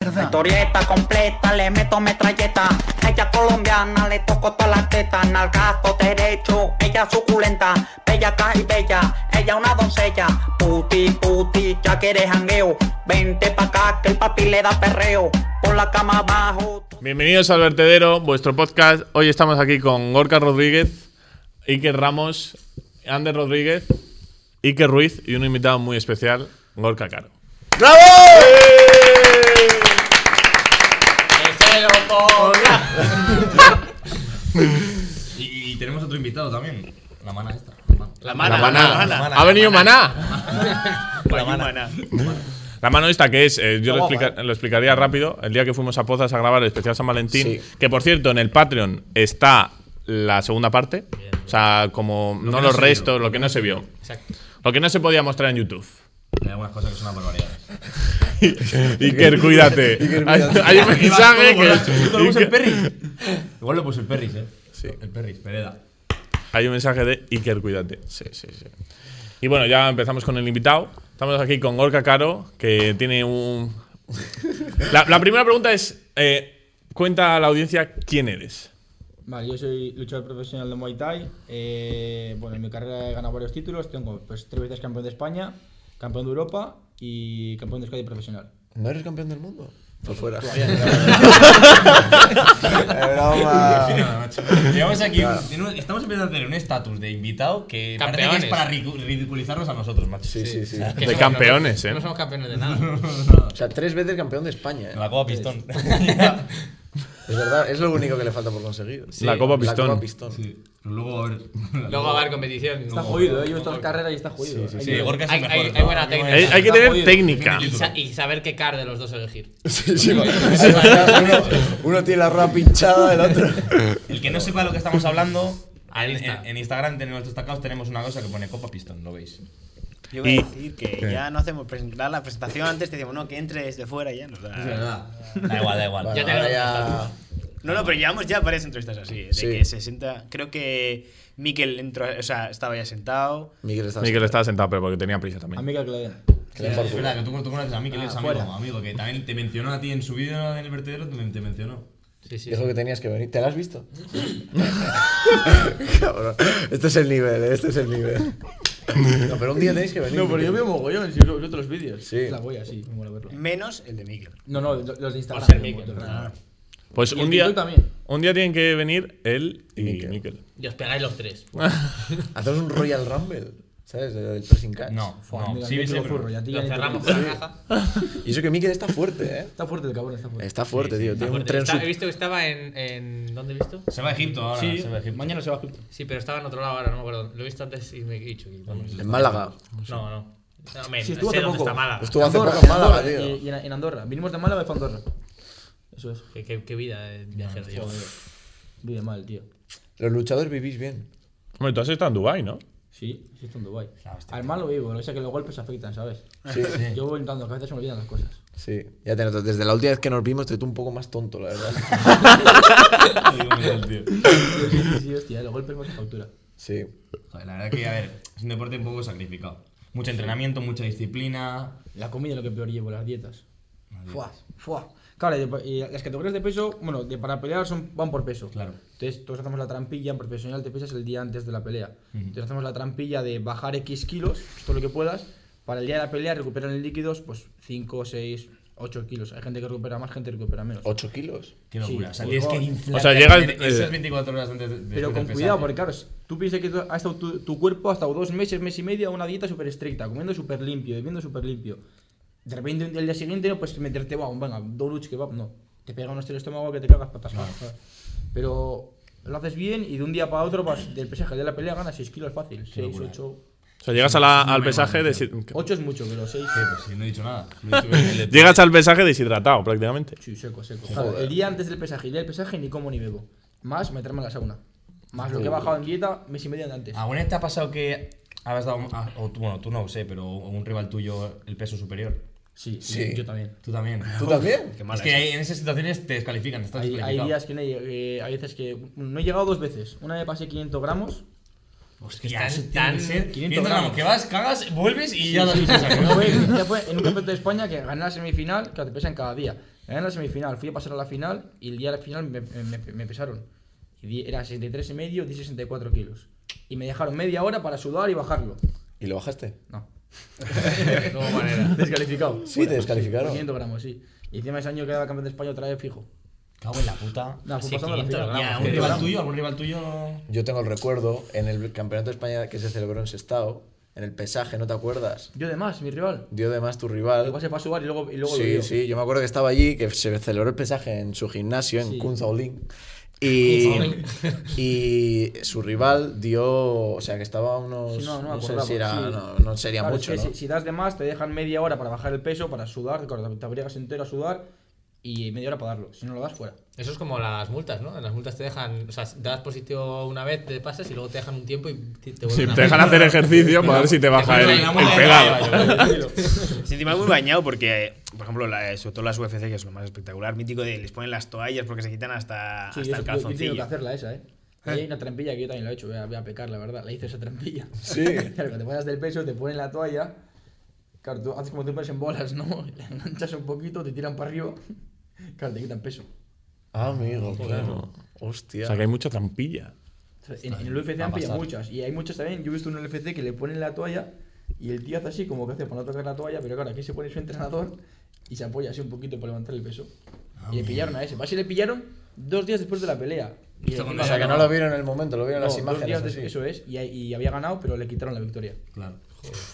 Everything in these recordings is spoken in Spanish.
Fuerza. Historieta completa, le meto metralleta. Ella colombiana, le toco todas las tetas. Nalgazo derecho, ella suculenta. Bella caja y bella, ella una doncella. Puti, puti, ya que eres jangueo. Vente pa' acá que el papi le da perreo. Por la cama abajo. Bienvenidos al vertedero, vuestro podcast. Hoy estamos aquí con Gorka Rodríguez, Iker Ramos, Ander Rodríguez, Iker Ruiz y un invitado muy especial, Gorka Caro. ¡Bravo! Y, y tenemos otro invitado también. La mana esta. La La mana, maná. la mana. Ha venido Maná. La mana. La mano esta que es, eh, yo lo, explica- lo explicaría rápido, el día que fuimos a Pozas a grabar el especial San Valentín, Sí. que por cierto en el Patreon está la segunda parte, o sea, como no no los se vio. restos, lo que no se vio, Exacto. lo que no se podía mostrar en YouTube. Hay algunas cosas que son una barbaridad. Iker, cuídate. Hay, hay un mensaje ¿Tú lo puso el que... Perris? Igual lo puso el Perris, eh. El Perris, Pereda. Hay un mensaje de Iker, cuídate. Sí, sí, sí. Y bueno, ya empezamos con el invitado. Estamos aquí con Gorka Caro, que tiene un... La, la primera pregunta es, eh, cuenta a la audiencia quién eres. Vale, yo soy luchador profesional de Muay Thai. eh, bueno, en mi carrera he ganado varios títulos. Tengo pues, tres veces campeón de España, campeón de Europa y campeón de Euskadi profesional. ¿No eres campeón del mundo? Por fuera. Ah. Sí, broma. nada, macho. Llevamos aquí. un- tiene un- estamos empezando a tener un estatus de invitado que parece que es Campeones. para ridicu- ridiculizarnos a nosotros, macho. Sí, sí, sí. Que De somos- campeones, no- ¿eh? No somos campeones de nada. O sea, tres veces campeón de España, En ¿eh? la copa pistón. Es verdad, es lo único que le falta por conseguir. La Copa Pistón. Pistón. sí. Luego a ver. Luego va a haber competición. Está jodido, ¿eh? Yo estas carreras y está jodido. Sí, Gorka es el Hay- hay- mejor, hay ¿no? buena técnica. Hay, hay que Está tener jodido. técnica. Y, sa- y saber qué car de los dos elegir. Sí, sí, uno, uno tiene la rueda pinchada, el otro. El que no sepa de lo que estamos hablando. En, está. en- en Instagram tenemos destacados, tenemos una cosa que pone copa pistón, lo veis. Yo voy Y- a decir que ya no hacemos presentar la presentación antes, te decimos, no, que entre desde fuera y ya nos da. Da igual, da igual. Bueno, Ya te- ahora ya. No, no, pero llevamos ya varias entrevistas así, ¿eh? de Sí. que se sienta. Creo que Miquel entró, o sea, estaba ya sentado. Miguel está. Miguel estaba sentado, pero porque tenía prisa A también. mí que le den. Sí, que le den por es culo. verdad que tú, tú conoces a mí, que Ah, eres amigo, fuera. amigo, que también te mencionó a ti en su vídeo en el vertedero, te, te mencionó. Sí, sí. Dijo que tenías que venir. ¿Te la has visto? Cabrón. Este es el nivel, ¿eh? este es el nivel. No, pero un día tenéis que venir. No, pero yo veo mogollón, si yo veo otros vídeos. Sí. La voy así, me mola verlo. Menos el de Miquel. No, no, lo- los de Instagram. Ser me Mikel. mola verlo. Pues Y el un día, TikTok también. un día tienen que venir él y Miquel. Y os pegáis los tres. Hacemos un Royal Rumble, ¿sabes? De- Del pressing catch. No, Buah, no, mira, sí, yo sí, te lo pero- furro, y a ti Lo ya ni te cerramos lo- con la caja. Y eso que Mikel está fuerte, ¿eh? Está fuerte el cabrón, está fuerte. Está fuerte, tío. Tiene un Fuerte. tren Está- He sub. visto que estaba en, en. ¿Dónde he visto? Se va a Egipto ahora, se va a Egipto. Mañana se va a Egipto. Sí, pero estaba en otro lado ahora, no me acuerdo. Lo he visto antes y me he dicho que. No, En Málaga. no. No, men, Sí, sé estuvo hace dónde poco. está Málaga. Estuvo hace poco Andorra, en Málaga, Andorra tío. y- y en, en Andorra. Vinimos de Málaga y fue a Andorra. Eso es. Qué, qué- qué vida de viajero llevo. Vive mal, tío. Los luchadores vivís bien. Hombre, tú has estado en Dubái, ¿no? Sí, sí, está en Dubái. Al malo vivo, lo que sea que los golpes afectan, ¿sabes? Sí, Yo voy entrando, que a veces se me olvidan las cosas. sí. Ya te noto. Desde la última vez que nos vimos, te tú un poco más tonto, la verdad. Sí, sí, hostia, los golpes más factura. Sí. Joder, la verdad que, a ver, es un deporte un poco sacrificado. Mucho entrenamiento, mucha disciplina. La comida es lo que peor llevo, las dietas. Fuá, fuá. Claro, y de- y las categorías de peso, bueno, de para pelear son, van por peso. Claro. Entonces, todos hacemos la trampilla, en profesional te pesas el día antes de la pelea. Entonces, hacemos la trampilla de bajar X kilos, todo lo que puedas, para el día de la pelea recuperar en líquidos, pues 5, 6, 8 kilos. Hay gente que recupera más, gente que recupera menos. ¿Ocho kilos? Qué locura. Sí, o sea, por tienes que favor. inflar. O sea, llegas, eh, Esas 24 horas antes de. de- Pero de con empezar. cuidado, porque claro, si tú piensas que tú- ha estado tu, tu cuerpo hasta dos meses, mes y medio, a una dieta súper estricta, comiendo súper limpio, bebiendo súper limpio. De repente, el día siguiente no puedes meterte, wow, venga, double kebab, no. Te pega un estilo de estómago que te cagas patas. ¿sabes? Pero lo haces bien y de un día para otro vas del pesaje de la pelea, ganas 6 kilos fácil. 6, 8. O sea, llegas a la- al pesaje de... 8 es mucho, pero 6. Sí, pues sí, no he dicho nada. Lo he dicho en el- Llegas al pesaje deshidratado, prácticamente. Sí, seco, seco. Claro, el día antes del pesaje, el día del pesaje ni como ni bebo. Más meterme en la sauna. Más lo que he bajado en dieta mes y medio de antes. ¿Alguna vez te ha pasado que habías dado. un- ah, o tú, bueno, tú no sé, pero un rival tuyo el peso superior? Sí, Sí. yo también. Tú también. ¿Tú también? Es que ahí- en esas situaciones te descalifican, estás Hay, hay descalificado. días que no he, lleg- eh, hay veces que no he llegado dos veces. Una me pasé 500 gramos. Hostia, están- eso tiene que están ser. 500 500 gramos, gramos. que vas, cagas, vuelves y ya das Sí, pisas, sí, ¿no? fue, ya fue en un campeonato de España que gané la semifinal, que te pesan cada día. Gané la semifinal, fui a pasar a la final y el día de la final me, me- me pesaron. Y di- era 63 y medio, di 64 kilos. Y me dejaron media hora para sudar y bajarlo. ¿Y lo bajaste? No. No hubo manera. Descalificado. Sí, te descalificaron. 500 gramos, sí. Y encima ese año quedaba campeón de España otra vez fijo. Cago en la puta. No, fue Sí, pasando la 500 final. gramos. Ya, Sí, ¿algún rival gramos. tuyo? ¿Algún rival tuyo? Yo tengo el recuerdo en el Campeonato de España que se celebró en Sestao, en el pesaje, ¿no te acuerdas? Yo de más, mi rival. Dio de más tu rival. Igual se fue a subar y luego, y luego lo Sí, dio. sí, yo me acuerdo que estaba allí, que se celebró el pesaje en su gimnasio, en Sí. Kunzaolin. Y, y su rival dio, o sea, que estaba a unos, Sí, no, no me sé acordaba, si era, sí. no, no sería Claro, mucho, es que ¿no? si, si das de más, te dejan media hora para bajar el peso, para sudar, claro, te abrigas entero a sudar y media hora para darlo. Si no lo das, fuera. Eso es como las multas, ¿no? En las multas te dejan, o sea, das positivo una vez, te pasas y luego te dejan un tiempo y te, te vuelven Si a- te dejan hacer ejercicio, para ver si te baja el, ponen el la mula de pegado. Sí, encima es muy bañado porque, eh, por ejemplo, la, sobre todo las UFC, que es lo más espectacular, mítico de les ponen las toallas porque se quitan Ah, hasta, Sí, yo- yo- yo, hasta el tengo que calzoncillo. hacerla esa, ¿eh? Ahí hay una trampilla que yo también la he hecho, voy a, voy a pecar, la verdad. La hice esa trampilla. Sí. claro, que te pasas del peso, te ponen la toalla. Claro, tú haces como tú pones en bolas, ¿no? La enganchas un poquito, te tiran para arriba. Claro, te quitan peso. Ah, amigo, claro. Hostia. O sea, que hay mucha trampilla. O sea, En, en el UFC han pillado muchas. Y hay muchas también. Yo he visto en el UFC que le ponen la toalla y el tío hace así, como que hace para no tocar la toalla, pero claro, aquí se pone su entrenador y se apoya así un poquito para levantar el peso. Ah, y le pillaron a ese. Va, si le pillaron dos días después de la pelea. Y Esto encima- cuando O sea, que no lo vieron en el momento, lo vieron No, en las dos imágenes. días des- así. Eso es, y, y había ganado, pero le quitaron la victoria. Claro.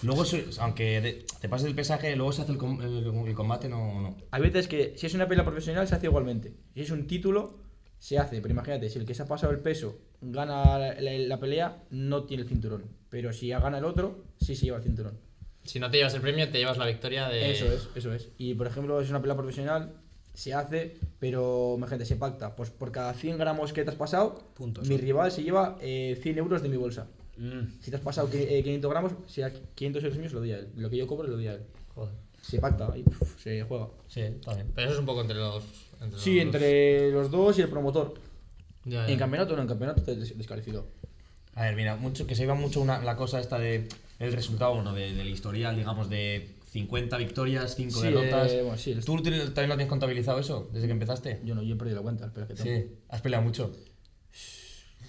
Luego, se- aunque de- te pases el pesaje, luego se hace el, com- el- el combate, no, no. Hay veces que si es una pelea profesional se hace igualmente. Si es un título, se hace. Pero imagínate, si el que se ha pasado el peso gana la, la- la pelea, no tiene el cinturón. Pero si gana el otro, sí se lleva el cinturón. Si no te llevas el premio, te llevas la victoria de. Eso es, eso es. Y por ejemplo, es una pelea profesional, se hace, pero imagínate, se pacta. Pues por cada 100 gramos que te has pasado, Puntos, mi ¿no? rival se lleva eh, 100 euros de mi bolsa. Mm. Si te has pasado qui- eh, 500 gramos, sea 500 euros míos, lo doy a él. Lo que yo cobro, lo doy a él. Joder. Se pacta y puf, se juega. Sí, también. Pero eso es un poco entre los. Entre Sí, los- Eh. entre los dos y el promotor. Ya, ya. En campeonato no, en campeonato te des- descalificó. A ver, mira, mucho, que se iba mucho una, la cosa esta de el resultado, bueno, de- del historial, digamos, de 50 victorias, 5 Sí, derrotas. eh, bueno, sí, el- ¿Tú tienes- también lo tienes contabilizado eso desde que empezaste? Yo no, yo he perdido la cuenta, pero es que tengo. Sí, has peleado mucho.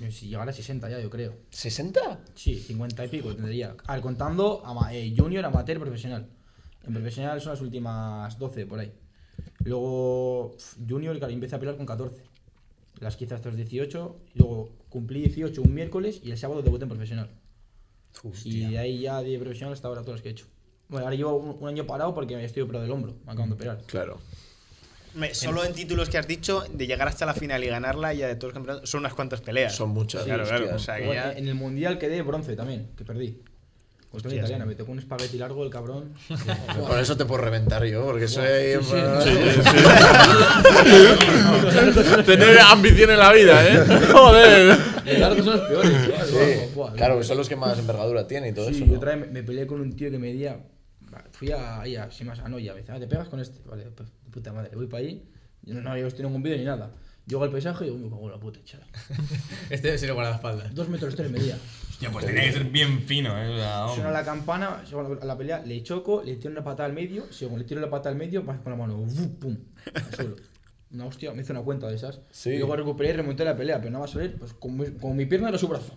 Si llegara a 60 ya, yo creo. ¿60? Sí, 50 y pico tendría. Al contando ama- eh, junior, amateur, profesional. En profesional son las últimas 12 por ahí. Luego pf, junior, claro, empecé a pelear con 14. Las quizás hasta los 18. y Luego cumplí 18 un miércoles y el sábado debuté en profesional. Y de ahí ya de profesional hasta ahora todos los que he hecho. Bueno, ahora llevo un, un año parado porque me estoy operado del hombro. Me acaban de operar. Claro. Me- Solo en títulos que has dicho, de llegar hasta la final y ganarla ya de todos los campeonatos, son unas cuantas peleas. Son muchas. Claro, hostia. claro. O sea, que Igual, ya... En el mundial quedé bronce también, que perdí. Cuestión Hostias. italiana, me tocó un espagueti largo el cabrón. Por eso te puedo reventar yo, porque soy. Tener ambición en la vida, ¿eh? Joder. Los largos son los peores. tío. Buah, buah, buah. Claro, que son los que más envergadura tienen y todo Sí, eso. yo ¿no? otra vez me, me peleé con un tío que me decía, va, fui a, ahí a si más a Noia, me dice, ah, te pegas con este, vale, pues, de puta madre, voy para allí, yo no, no había visto ningún vídeo ni nada. Llego al paisaje y digo, me cago en la puta, chaval. Este es el guardaespaldas. Dos metros tres medía. Hostia, pues tenía que ser bien fino, ¿eh? O sea, vamos. Suena la campana, llego a la- a la pelea, le choco, le tiro una patada al medio, según le tiro la patada al medio, vas con la mano, ¡vu! pum, al suelo. Una hostia, me hizo una cuenta de esas. Sí. Y luego recuperé y remonté la pelea, pero no va a salir, pues con mi, con mi pierna era su brazo.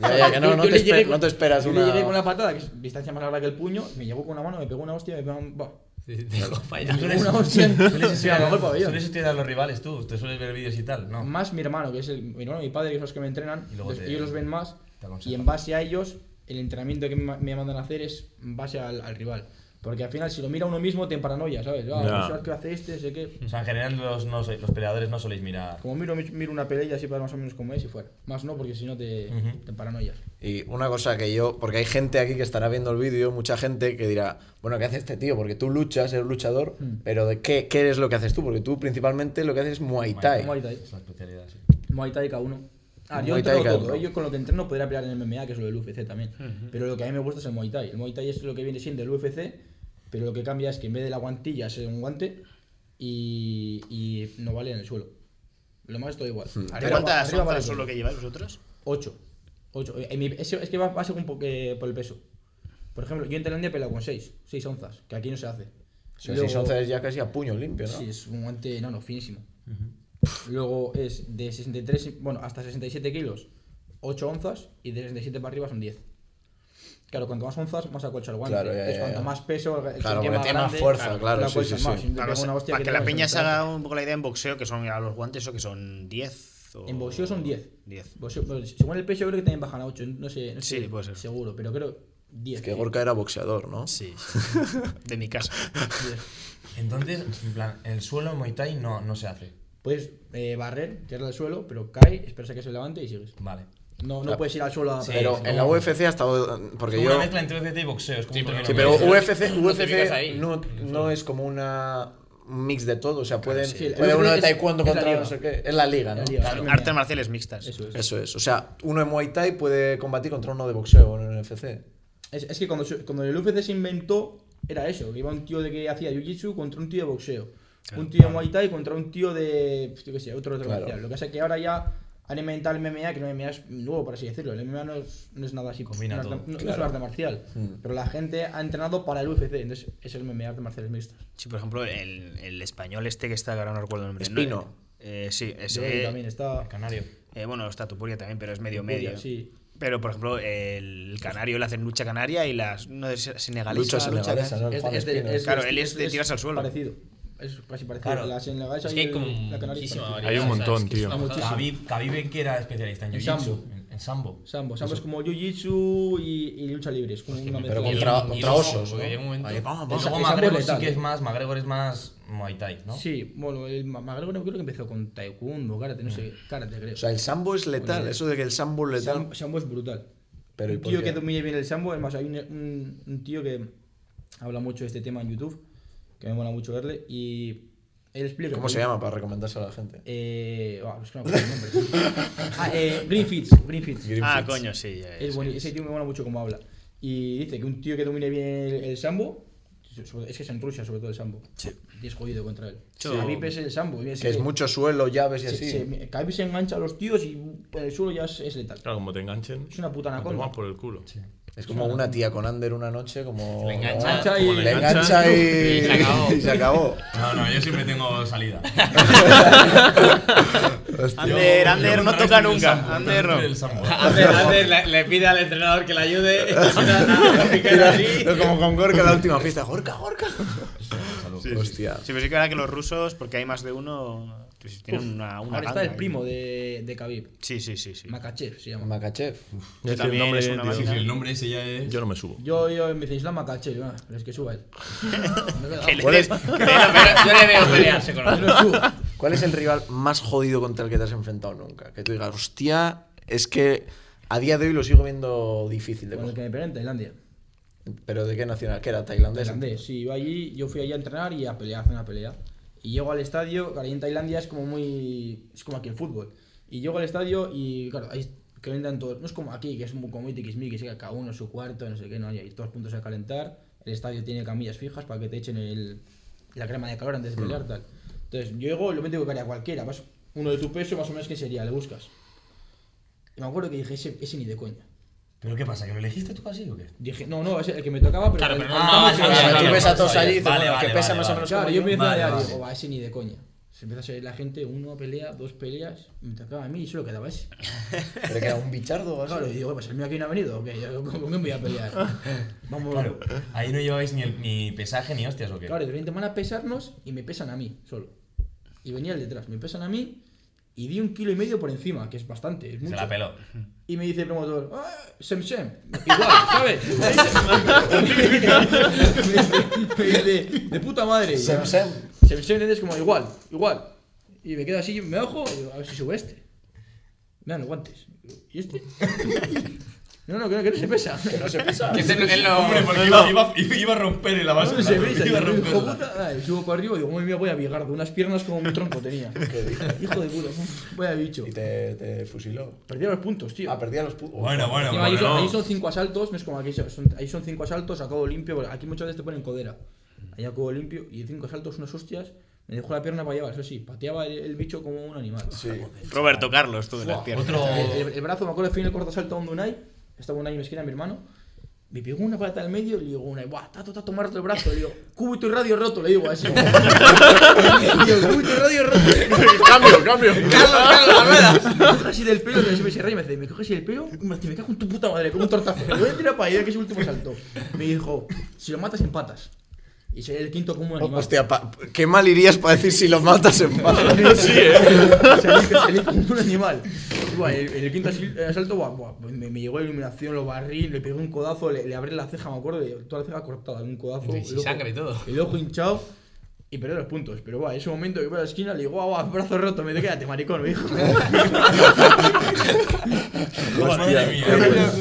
Ya, ya, que no, Yo- no yo te le llegué espe- con- no te esperas yo una. le llegué con la patada, que es distancia más larga que el puño, me llegó con una mano, me pegó una hostia, me pegó un- buah. Sí, sí, tengo falla. Sueles- Una hostia. sueles Me estudiar, bajó el pabellón. sueles estudiar a los rivales tú, te sueles ver vídeos y tal, ¿no? Más mi hermano, que es el, mi hermano y mi padre, que son los que me entrenan, Y luego entonces te- ellos los ven más. te aconsejan. Y en base a ellos, el entrenamiento que me, ma- me mandan a hacer es en base al, al rival. Porque al final, si lo mira uno mismo, te emparanoia, ¿sabes? Ah, Ya. pues, ¿sabes ¿Qué hace este? Sé qué. O sea, en general los, no sé, los peleadores no soléis mirar. Como miro, miro una pelea así para más o menos como es y fuera. Más no, porque si no te, Ujú. te paranoias. Y una cosa que yo, porque hay gente aquí que estará viendo el vídeo, mucha gente que dirá, bueno, ¿qué hace este tío? Porque tú luchas, eres luchador, pero ¿de qué, qué es lo que haces tú? Porque tú principalmente lo que haces es Muay Thai. Muay Thai. Es la especialidad, sí. Muay Thai K1. Ah, yo Muay Thai entreno K1. todo. ¿eh? Yo con lo que entreno podría pelear en MMA, que es lo del UFC también. Pero lo que a mí me gusta es el Muay Thai. El Muay Thai es lo que viene siendo el UFC, pero lo que cambia es que en vez de la guantilla es un guante y, y no vale en el suelo. Lo más es todo igual. ¿Pero ¿Cuántas arriba vale onzas son todo. lo que lleváis vosotros? Ocho. Ocho. En mi- es, es que va, va eh, según po- eh, por el peso. Por ejemplo, yo en Tailandia he peleado con seis. Seis onzas, que aquí no se hace. Si 6-11 es ya casi a puño limpio, ¿no? Sí, es un guante no, no, finísimo. Luego es de 63, bueno, hasta 67 kilos, 8 onzas y de 67 para arriba son 10. Claro, cuanto más onzas, más acolcha el guante. Claro, ya, Entonces, ya, cuanto ya. más peso, el el Claro, que porque tiene más fuerza, claro, lo sí, sí, acolchas más. sí. Si te Claro, pego una hostia para que te la vas a peña se centrar. haga un poco la idea en boxeo, que son ya los guantes, eso que son 10. o- En boxeo son 10. 10. Boxeo- bueno, Pues, según el peso, creo que también bajan a 8. No sé, no Sí, sé puede ser. Seguro, pero creo 10. Es que sí. Gorka era boxeador, ¿no? Sí. De mi casa. 10. Entonces, en plan, el suelo en Muay Thai no, no se hace. Puedes eh, barrer, tirarla al suelo, pero cae, esperas a que se levante y sigues. Vale. No, no puedes ir al suelo a. Sí, Pero eh, es en la como- UFC hasta. Porque Como yo. una mezcla entre UFC y boxeo. Es como Sí, un pero torneo Sí, no pero de boxeo. UFC, No te fijas UFC ahí. no, no es como una un mix de todo. O sea, pueden, sí. puede uno de Es- taekwondo es la contra liga. no sé qué. Es la liga, ¿no? La liga. Claro. Claro. Artes marciales mixtas. Eso es. Eso es. O sea, uno de Muay Thai puede combatir contra uno de boxeo en el UFC. Es, es que cuando, se- cuando el UFC se inventó, era eso: que iba un tío de que hacía jiu-jitsu contra un tío de boxeo. un tío de muay thai contra un tío de. pues, Yo qué sé, otro otro Claro. marcial. Lo que pasa es que ahora ya han inventado el MMA, que no MMA es nuevo, por así decirlo. El MMA no es, no es nada así. Combina no es todo. arte- no- no es un arte marcial. Mm. Pero la gente ha entrenado para el UFC, entonces es el MMA de marciales mixtas. Sí, por ejemplo, el, el español este que está, que ahora no recuerdo el nombre. Espino. No, eh, sí, Yo creo que ese. también está. Canario. eh, bueno, está Tupuria también, pero es medio Tupuria, medio. sí. Pero, por ejemplo, el canario le hacen lucha canaria y las. No es senegalesa. Lucha senegalesa, ¿no? El Juan Espino. Claro, él es de tirarse al suelo. Parecido. Es casi parecido. Claro. La senegalesa Es y que hay el- como la canaria es muchísima parecida. variedad. Hay un o sea, es montón, que es tío. una pasada. Khabib, Khabib en que era especialista en En jiu-jitsu. sambo. En, en sambo. Sambo, sambo es como jiu-jitsu y, y lucha libre. Es como una mezcla. Pero contra, y contra luego, osos, ¿no? porque llega un momento- ¡Ah, Ahí, vamos, Y vamos. luego el sambo es McGregor sí letal. eh. que es más, McGregor es más Muay Thai, ¿no? Sí, bueno, el Ma- McGregor creo que empezó con taekwondo, karate, no sé, karate creo. Mm. O sea, el sambo es letal. Eso de que el sambo es letal. Sam- sambo es brutal. Pero, ¿y un por tío qué? que domine bien el sambo, además hay un, un- un tío que habla mucho de este tema en YouTube, que me mola mucho verle, y él explica... ¿Cómo se llama para recomendárselo a la gente? Eh, buah, es que no me acuerdo el nombre. ah, eh, Greenfields, Greenfields. Ah, Griffiths. coño, sí. ya, Es sí. bueno, ese tío me mola mucho cómo habla. Y dice que un tío que domine bien el, el sambo, sobre- es que es en Rusia sobre todo el sambo. Sí. Y es jodido contra él. Sí. A mí pese el sambo. y Que es mucho suelo, llaves y Se, así. se- Khabib se engancha a los tíos y en el suelo ya es, es letal. Claro, como te enganchen. Es una puta te anaconda. tomas por el culo. Es como una tía con Ander una noche, como. Le engancha, como- engancha y- Le engancha y. Y se acabó. y se acabó. No, no, yo siempre tengo salida. Ander, Ander, Yo no contra toca esto del sambo, nunca. contra Ander, no. esto del sambo. Antes, antes le, le pide al entrenador que le ayude. Pero como con Gorka en la última fiesta. Gorka, Gorka. Hostia. Sí, pero sí que ahora que los rusos, porque hay más de uno, pues, tienen una, una Ahora ganga está el ahí. primo de, de Khabib, Sí, sí, sí, sí. Makachev se llama. Makachev. Es que el también nombre, es una tío, máquina. el nombre ese ya es. Yo no me subo. Yo, yo me dicen Islam Makachev, ah, pero es que suba él. Me he quedado. Que le ¿Cuál es, des- yo le veo pelearse con Yo no subo. cuál es el rival más jodido contra el que te has enfrentado nunca? Que tú digas, hostia, es que a día de hoy lo sigo viendo difícil de Con el que coger. me peleé en Tailandia. ¿Pero de qué nacional? ¿Que era tailandés? Tailandés. Sí, yo allí, yo fui allí a entrenar y a pelear, a hacer una pelea. Y llego al estadio, claro, ahí en Tailandia es como muy. Es como aquí el fútbol. Y llego al estadio y, claro, ahí calentan todos. No es como aquí, que es muy, como muy tiquismiquis, que cada uno en su cuarto, no sé qué, no hay ahí todos juntos a calentar. El estadio tiene camillas fijas para que te echen el, la crema de calor antes de pelear, tal. Entonces, yo llego y lo meto que haría cualquiera. Vas, uno de tu peso, más o menos, que sería? Le buscas. Y me acuerdo que dije, ese, ese ni de coña. ¿Pero qué pasa? ¿Que lo elegiste tú así o qué? Dije, no, no, es el que me tocaba, pero. Claro, pero no- Ah, no- sí, no- sí, no- sí, no- sí. tú ves a todos Vale, allí y dices, vale, bueno, que vale, pesa vale, más o vale. menos Claro, como yo yo. empiezo Vale, a vale. leer, digo, va, ese ni de coña. Se empieza a salir la gente, una pelea, dos peleas, me tocaba a mí y solo quedaba ese. Pero que era un bichardo o algo. Claro, y digo, pues el mío aquí no ha venido, ¿o qué? Yo, ¿Con con quién voy a pelear? Vamos, Claro, claro. ahí no lleváis ni, el- ni pesaje ni hostias o qué. Claro, y de repente van a pesarnos y me pesan a mí solo. Y venía el detrás, me pesan a mí y di un kilo y medio por encima, que es bastante, es Se mucho. la peló. Y me dice el promotor, "Ah, Sem Sem, igual, ¿sabes? me dice, de puta madre. Y Sem yo, Sem. Sem Sem es como igual, igual. Y me quedo así, me ojo, y digo, a ver si sube este. Me dan los guantes. ¿Y este? No, no, que no, que no se pesa. Que no se pesa. Que este no- él no- Hombre, porque iba, iba, iba a romper el No avaso. se pesa. Y iba a yo, hijo romperla. puta, nada, y subo para arriba y digo, madre mía, voy a vigardo. Unas piernas como un tronco tenía. Hijo de puta, voy a bicho. Y te, te fusiló. Perdí los puntos, tío. Ah, perdía los putos. Bueno, bueno, Encima ahí, bueno. son, ahí son cinco asaltos, no es como aquí, son, ahí son cinco asaltos, acabo limpio. bueno, Aquí muchas veces te ponen codera. Allá acabo limpio y cinco asaltos, unas hostias. Me dejó la pierna para llevar, eso sí, pateaba el, el bicho como un animal. Sí. Roberto Carlos, tú de las piernas. Otro. El, el- el brazo, me acuerdo, fui en el corto asalto a un Dunay, estaba Dunay en mi esquina, mi hermano. Me pegó una pata al medio y le digo una, y, buah, tato, tato, me ha roto el brazo. Le digo, cúbito y radio roto, le digo así. Le digo, cúbito y radio roto. cambio, cambio. Carlos, Carlos, Arruedas. Me coge así del pelo, que siempre se ríe, me dice, me coge así del pelo, me dice, me cago en tu puta madre, como un tortazo. Me voy a tirar para allá, que es el último salto. Me dijo, si lo matas, empatas. Y soy el quinto Oh, como un animal. Hostia, pa- qué mal irías para decir si lo matas en paz. Sí, eh. salí, salí como un animal. Y, buah, el, el quinto asil- eh, asalto, buah, buah, me, me llegó la iluminación, lo barrí, le pegué un codazo, le, le abrí la ceja, me acuerdo, y toda la ceja cortada, un codazo. Y el sin ojo- sangre y todo. El ojo hinchado y perdí los puntos. Pero buah, en ese momento que voy a la esquina, le digo, guau, guau, brazo roto, me dice, quédate, maricón, me dijo. Pues Madre mía,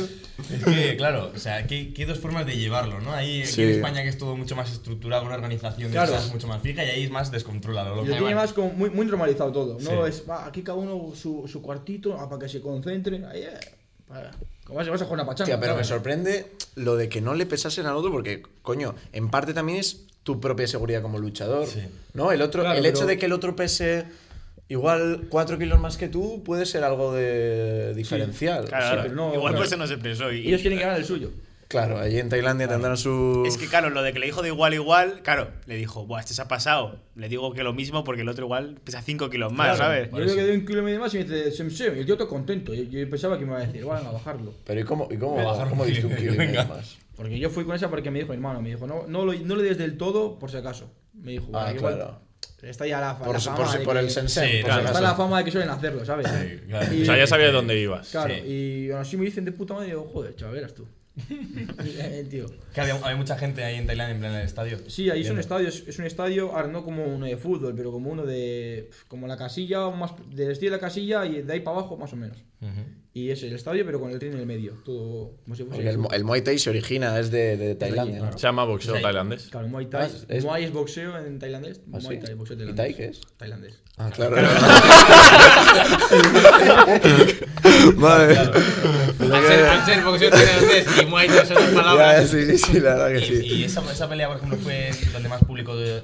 Es que, claro, o sea, que, que hay dos formas de llevarlo, ¿no? Ahí aquí en Sí. España que es todo mucho más estructurado, una organización de Claro. cosas mucho más fija y ahí es más descontrolado. Y loco. lo tiene más como muy, muy normalizado todo. No Sí. es, va, aquí cada uno su, su cuartito, ah, para que se concentre. Ahí, eh, para- Como vas, vas a jugar una pachanga. Hostia, pero me ¿sabes? sorprende lo de que no le pesasen al otro, porque, coño, en parte también es tu propia seguridad como luchador. Sí. ¿No? El otro, Claro, el hecho pero- de que el otro pese igual 4 kilos más que tú puede ser algo de diferencial. Claro, O sea, claro. pero no- Igual claro. por eso no se pensó. Y, Ellos quieren ganar el suyo. claro, allí en Tailandia tendrán su. Es que claro, lo de que le dijo de igual a igual, claro, le dijo, buah, este se ha pasado. Le digo que lo mismo porque el otro igual pesa 5 kilos más, ¿sabes? Yo creo que doy un kilo y medio más y me dice, sem, sem, y el tío todo contento. Yo, yo pensaba que me iba a decir, bueno, a bajarlo. Pero ¿y cómo, y cómo, Voy a va- bajar un cómo diste un kilo y kilo y medio, medio venga. más? Porque yo fui con esa porque me dijo mi hermano, me dijo, no, no, lo, no le des del todo por si acaso. Me dijo, Ah, "Bueno, igual claro. Está ya la, fa- Por, la su- fama. por, su- de por que- el sensei. Sí, por claro. si Está acaso. la fama de que suelen hacerlo, ¿sabes? Sí, claro. Y- O sea, ya sabía de dónde ibas. Claro, Sí. y aún así me dicen de puta madre y digo, joder, chaval, verás tú. Eh, tío. Que había, había mucha gente ahí en Tailandia, en plan en el estadio. Sí, ahí es un Viendo. estadio, es es un estadio, ahora no como uno de fútbol, pero como uno de. como la casilla, o más del estilo de la casilla y de ahí para abajo, más o menos. Y es el estadio, pero con el tren en el medio. Todo como si fuese. Porque el, mo- el Muay Thai se origina, es de, de Tailandia. ¿no? Se llama boxeo tailandés. Claro, Muay Thai. Ah, es- Muay es boxeo en tailandés. ¿Ah, Muay sí? Thai, boxeo ¿Y tailandés. Thai qué es? Tailandés. Ah, claro. Madre. Al ser, al ser boxeo tailandés y muay thai son dos Ya, palabras. sí, sí, sí, la verdad que Y, sí. y esa, esa pelea, por ejemplo, fue donde más público. de-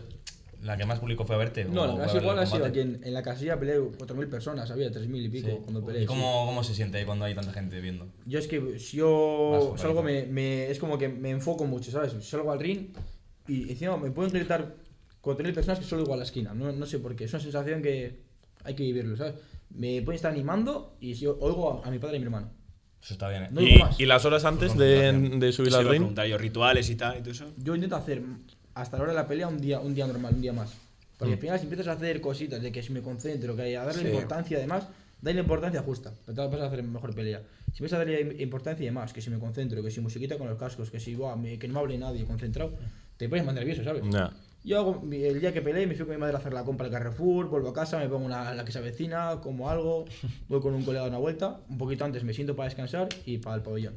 la que más público fue a verte. No, la verdad verdad es igual ha sido aquí en, en la casilla peleé 4.000 personas, había 3.000 y pico cuando peleé. ¿Y cómo, cómo se siente ahí cuando hay tanta gente viendo? Yo es que si Vas yo por ahí, salgo, ¿no? me, me- es como que me enfoco mucho, ¿sabes? Salgo al ring y encima me pueden gritar 4.000 personas que solo igual a la esquina. No, no sé por qué, es una sensación que hay que vivirlo, ¿sabes? Me pueden estar animando y si oigo a, a mi padre y a mi hermano. Eso está bien, ¿eh? No digo Y, más. y las horas antes de, de subir Se al iba a ring. preguntar yo rituales y tal y todo eso. Yo intento hacer hasta la hora de la pelea un día, un día normal, un día más. Porque al final si empiezas a hacer cositas de que si me concentro, que a darle Sí. importancia y demás, dale la importancia justa. Pero te vas a hacer mejor pelea. Si empiezas a darle importancia y demás, que si me concentro, que si musiquita con los cascos, que si buah, me- que no me hable nadie concentrado, te pones más nervioso, ¿sabes? Ya. Yo hago, mi- el día que peleé me fui con mi madre a hacer la compra al Carrefour, vuelvo a casa, me pongo una, la que se avecina, como algo, voy con un colega a una vuelta, un poquito antes me siento para descansar y para el pabellón.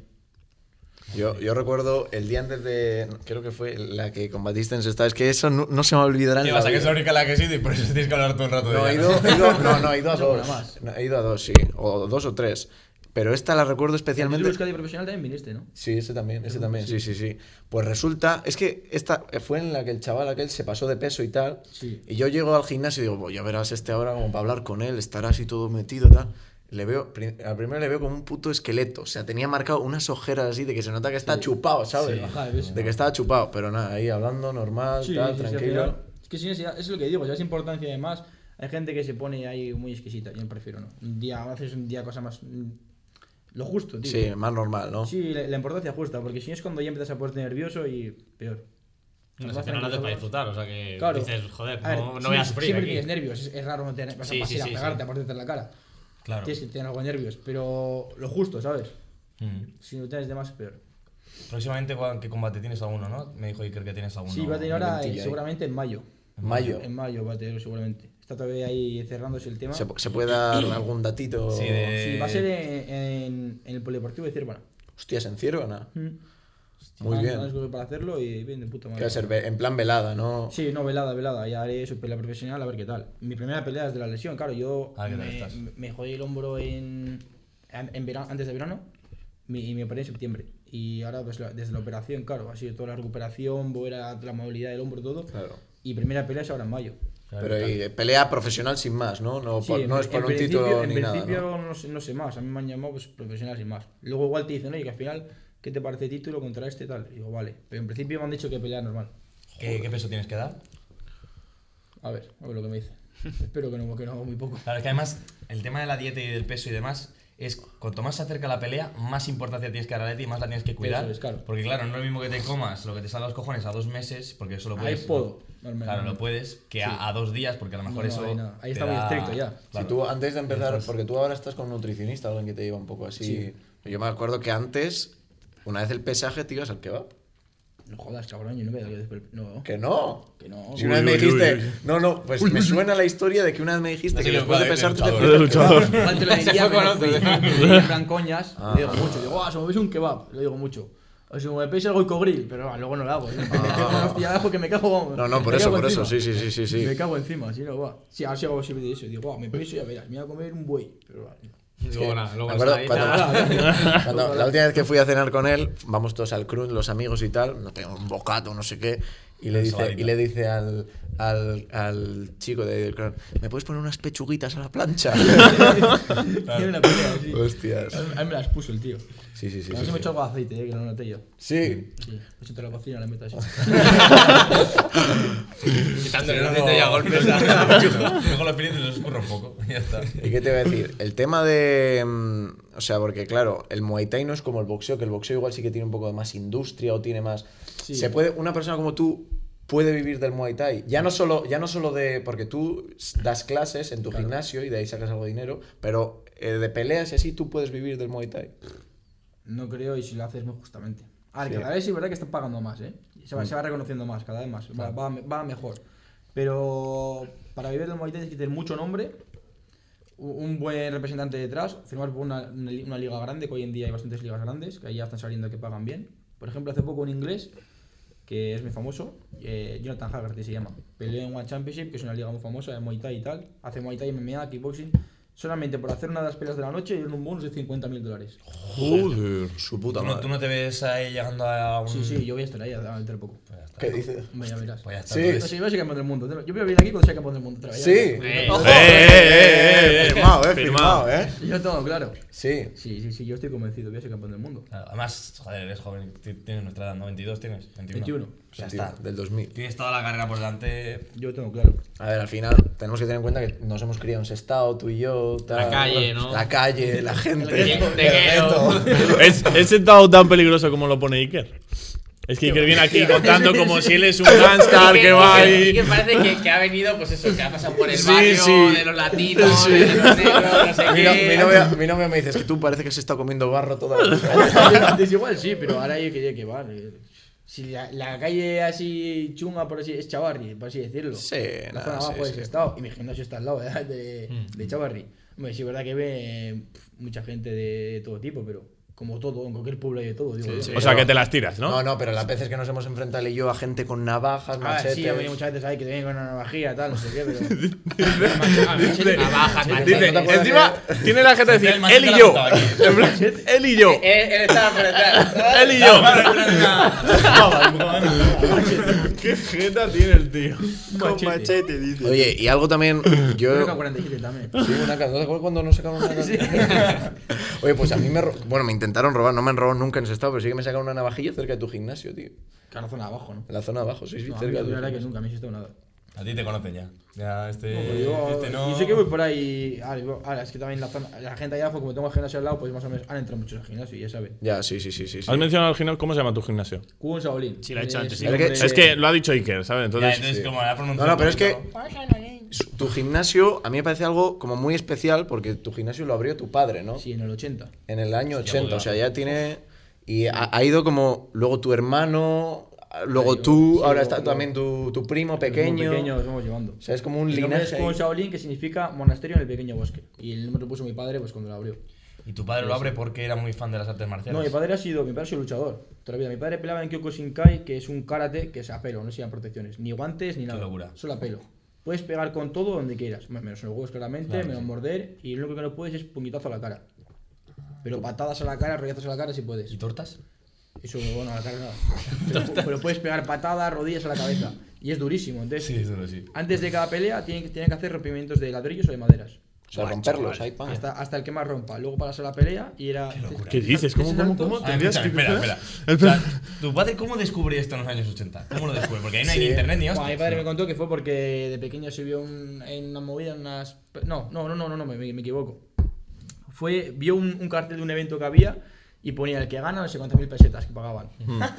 Yo, yo recuerdo el día antes de. Creo que fue la que combatiste en Sestao. Es que eso no, no se me olvidará en ¿Qué la pasa? Que vida. es la única en la que he sido y por eso tienes que hablar todo el rato No, de he ella, ido, he ido- no, no, he ido a Yo una dos. más. No, he ido a dos, sí. O dos o tres. Pero esta la recuerdo Tú especialmente. Euskadi profesional también viniste, ¿no? Sí, ese también, ese también, sí, sí, sí. Pues resulta, es que esta fue en la que el chaval aquel se pasó de peso y tal. Sí. Y yo llego al gimnasio y digo, "Buah, ya verás este ahora como para hablar con él, estará así todo metido, tal. Le veo, pri- al primero le veo como un puto esqueleto, o sea, tenía marcado unas ojeras así de que se nota que está chupado, ¿sabes? Ajá, ¿ves? De que estaba chupado, pero nada, ahí hablando normal, tal, al tranquilo. final- es que sí, sí, es lo que digo, ya es importancia además. Hay gente que se pone ahí muy exquisita, yo prefiero no. Un día, a veces un día cosa más. mm, Lo justo, tío. sí, más normal, ¿no? Sí, la, la importancia justa, porque si no es cuando ya empiezas a ponerte nervioso y peor. No sé, pero no te para disfrutar, o sea que Claro. dices, joder, ver, no, no sí, voy a sufrir Siempre aquí. tienes nervios, es, es raro no tener. Vas Sí, a pasar sí, a sí, pegarte, sí. a parterte la cara. Claro. Tienes que tener algo de nervios, pero lo justo, ¿sabes? Mm. Si no tienes de más, peor. Próximamente, Juan, ¿qué combate tienes alguno, no? Me dijo Iker que tienes alguno. sí, va a tener ahora eh, mentilla ahí. seguramente en mayo. Mayo. En mayo va a tener seguramente. Está todavía ahí cerrándose el tema. Se, se puede dar algún datito. Sí, de- Sí, va a ser en, Eh, en- en el Polideportivo de Ciervana. Hostias, en Ciervana. Muy Van- bien. van a escoger para hacerlo y bien de puta Que madre. va a ser ve- en plan velada, ¿no? Sí, no, velada, velada. Ya haré su pelea profesional a ver qué tal. Mi primera pelea es de la lesión, claro. Yo Ah, ¿qué tal me, estás? me jodí el hombro en, en, verano, antes de verano mi- y me operé en septiembre. Y ahora, pues, la- desde la operación, claro, ha sido toda la recuperación, volver a la movilidad del hombro, todo. Claro. Y primera pelea es ahora en mayo. Pero y, pelea profesional sin más, ¿no? No, Sí, por- en- no es por en un principio- título En ni nada. principio ¿no? no, sé, no sé más, a mí me han llamado pues, profesional sin más. Luego igual te dicen, oye, que al final ¿qué te parece título contra este tal? Y digo, vale. Pero en principio me han dicho que pelea normal. ¿Qué, qué peso tienes que dar? A ver, a ver lo que me dice. Espero que no, que no hago muy poco. Claro, es que además el tema de la dieta y del peso y demás es cuanto más se acerca la pelea, más importancia tienes que dar a la dieta y más la tienes que cuidar. Eso es, claro. Porque claro, no es lo mismo que te comas lo que te salga a los cojones a dos meses, porque eso lo Ahí puedes... puedo, normalmente. Claro, lo puedes, que a, a dos días, porque a lo No, mejor no, eso... ahí no. Ahí te está muy da- estricto ya. Claro. Si tú antes de empezar, porque tú ahora estás con un nutricionista, alguien que te lleva un poco así. Yo me acuerdo que antes, una vez el pesaje, te ibas al kebab. No jodas, cabrón, yo no me doy después. No, Que no. que no. Si una vez Uy, me uy, dijiste. uy, uy. No, no, pues me suena la historia de que una vez me dijiste que que después de va de pesar tú te luchador. fuiste al De luchador. kebab. Antes lo decía, pero no fui. Y en plan coñas, le digo mucho. Digo, ah, si me ves un kebab, le digo mucho. O si me pese algo y cobril, pero ah, luego no lo hago. ¿eh? Me pego una hostia abajo que me cago. vamos. Ah. No, no, por Me eso, cago por eso. encima. Sí, sí, sí, sí. Me sí. cago encima, si no va. Si así hago siempre de eso. Digo, ah, me peso y ya verás, me voy a comer un buey. Pero vale. Luego nada, luego Me acuerdo está ahí, cuando- nada. cuando la última vez que fui a cenar con él, vamos todos al crunch, los amigos y tal, no tengo un bocato, no sé qué, y le dice, y le dice al, al, al chico de- del crunch, ¿me puedes poner unas pechuguitas a la plancha? Tiene una pelea, sí. Hostias. A mí me las puso el tío. Sí, sí, sí. Pero no sí, se me sí. echó algo de aceite, eh, que no lo noté yo. Sí. Sí, me echó toda la cocina, la meto así. Quitándole Pero luego- los dientes ya golpes. Luego los fines los escurro un poco. y Ya está. ¿Y qué te voy a decir? El tema de. mm, O sea, porque claro, el Muay Thai no es como el boxeo, que el boxeo igual sí que tiene un poco de más industria o tiene más. Se puede, una persona como tú puede vivir del Muay Thai. Ya no solo, ya no solo de. Porque tú s- das clases en tu gimnasio y de ahí sacas algo de dinero, pero eh, de peleas y así tú puedes vivir del Muay Thai. No creo, y si lo haces muy justamente. A ver, Sí. cada vez sí es verdad que están pagando más, ¿eh? Se va, se va reconociendo más, cada vez más. Va, va- va mejor. Pero para vivir del Muay Thai tienes que tener mucho nombre, u- un buen representante detrás, firmar por una, una li- una liga grande, que hoy en día hay bastantes ligas grandes, que ahí ya están saliendo que pagan bien. Por ejemplo, hace poco un inglés, que es muy famoso, eh, Jonathan Haggerty se llama, peleó en One Championship, que es una liga muy famosa de Muay Thai y tal, hace Muay Thai, MMA, kickboxing, solamente por hacer una de las peleas de la noche y un bonus de 50.000 dólares. Joder. Su puta ¿Tú no, tú madre. no te ves ahí llegando a un... Sí, sí, yo voy a estar ahí a- dentro de poco. ¿Qué dices? Hombre, ya verás. Pues ya está. Sí. tú No eres- sé, yo soy campeón del mundo. Yo voy a venir aquí cuando sea campeón del mundo. otra vez, ya Sí. Eh, Ojo. eh, eh, eh, Firmado, firmado. eh. Firmado, eh. verás. Yo todo, claro. Sí. Sí, sí, sí, yo estoy convencido, voy a ser campeón del mundo. Claro, Además, joder, eres joven. ti- Tienes nuestra edad, ¿no? 22 tienes. 21. 21. Pues ya Tío, está. Del 2000. Tienes toda la carrera por delante. Yo tengo claro. A ver, al final tenemos que tener en cuenta que nos hemos criado en Sestao, tú y yo. tal. La calle, ¿no? La calle, la gente. El el tequero. reto. ¿Es, ¿Es sentado tan peligroso como lo pone Iker? Es que Iker viene aquí contando como si él es un gángster que va Y que ahí. parece que, que ha venido, pues eso, que ha pasado por el Sí, barrio sí. de los latinos, de los negros, no sé Mi, qué. no- mi novia, mi novia me dice, es que tú parece que has estado comiendo barro toda la vida. Antes igual sí, pero ahora hay que, que va. Si la, la calle así chunga, por así es Chavarri, por así decirlo. Sí, La nada, zona sí, abajo sí. es Estado. Y mi gimnasio está al lado ¿verdad? de, de Chavarri. Hombre, sí, es verdad que ve pf, mucha gente de todo tipo, pero como todo, en cualquier pueblo hay de todo. Digo, yo. O sea, que te las tiras, ¿No? ¿no? no, pero las veces que nos hemos enfrentado él y yo a gente con navajas, Ah, machetes. sí, ha venido muchas veces ahí que te vienen con una navajilla, tal, no sé qué, pero. Navajas, Dice, ¿No machetes. te acuerdas encima tiene la gente de decir, Encima el él y machete yo. lo ha apuntado En plan, Él y yo. Él, él estaba por detrás. Él y yo. Claro, Qué jeta tiene el tío. con machete, dice. Oye, y algo también. Yo. Creo que a 47 también. Sí, una ca- ¿No te acuerdas cuando nos sacaron una navaja? Oye, pues a mí me. ro- Bueno, me intentaron robar, no me han robado nunca en ese estado, pero sí que me sacaron una navajilla cerca de tu gimnasio, tío. Claro, zona abajo, ¿no? En la zona de abajo, sí, sí, No, a mí cerca Ah, la de tu verdad que gimnasio. nunca me he visto nada. A ti te conocen ya. Ya, este. pues, yo, este no. yo sé que voy por ahí. Ahora, yo- ahora, es que también la, zona- la gente allá abajo, como tengo el gimnasio al lado, pues más o menos han entrado muchos al gimnasio, ya saben. Ya, sí, sí, sí, sí. sí. ¿Has mencionado al gimnasio? ¿Cómo se llama tu gimnasio? Cubo un Shaolin. Sí, lo ha hecho Eh, antes, sí. el Es que- hombre- Es que lo ha dicho Iker, ¿sabes? Ya, Pues, Entonces, entonces, como la pronunciación. No, no, pero es que su- tu gimnasio a mí me parece algo como muy especial porque tu gimnasio lo abrió tu padre, ¿no? Sí, en el 80. En el año 80, o sea, ya tiene... Y ha, ha ido como luego tu hermano, luego tú, sí, ahora luego- está luego- también tu, tu primo Muy pequeño. pequeño los vamos llevando. O sea, es como un El nombre es linaje. Cubo ahí. Shaolin, que significa monasterio en el pequeño bosque. Y el nombre lo puso mi padre pues cuando lo abrió. Y tu padre lo abre porque era muy fan de las artes marciales. Pues, No, mi padre ha sido, mi padre ha sido luchador. Toda la vida. Mi padre peleaba en Kyokushinkai, que es un karate que es a pelo, no se llaman protecciones, ni guantes ni nada. locura. Solo a pelo. Puedes pegar con todo donde quieras, me- menos en los huevos claramente, menos morder, y lo único que no puedes es puñetazo a la cara. Pero patadas a la cara, rollazos a la cara si puedes. ¿Y tortas? Eso, bueno, a la cara nada. Pero, pero puedes pegar patadas, rodillas a la cabeza. Y es durísimo. Entonces, eso sí. antes de cada pelea tienen, que- tienen que hacer rompimientos de ladrillos o de maderas. sea, romperlos, hay pan. Hasta, hasta el que más rompa. Luego pasas a la pelea y era. este, ¿Qué dices? ¿Cómo, cómo, cómo Ah, tendrías que escúchame, espera, espera. O sea, ¿Tu padre cómo descubrió esto en los años 80? ¿Cómo lo descubrió? Porque ahí no hay ni internet ni Bueno, mi hostias. padre me contó que fue porque de pequeño se vio un- en una movida, en unas. No, no, no, no, no, no, me, me equivoco. Fue, vio un, un cartel de un evento que había y ponía el que gana no sé cuántas mil pesetas que pagaban.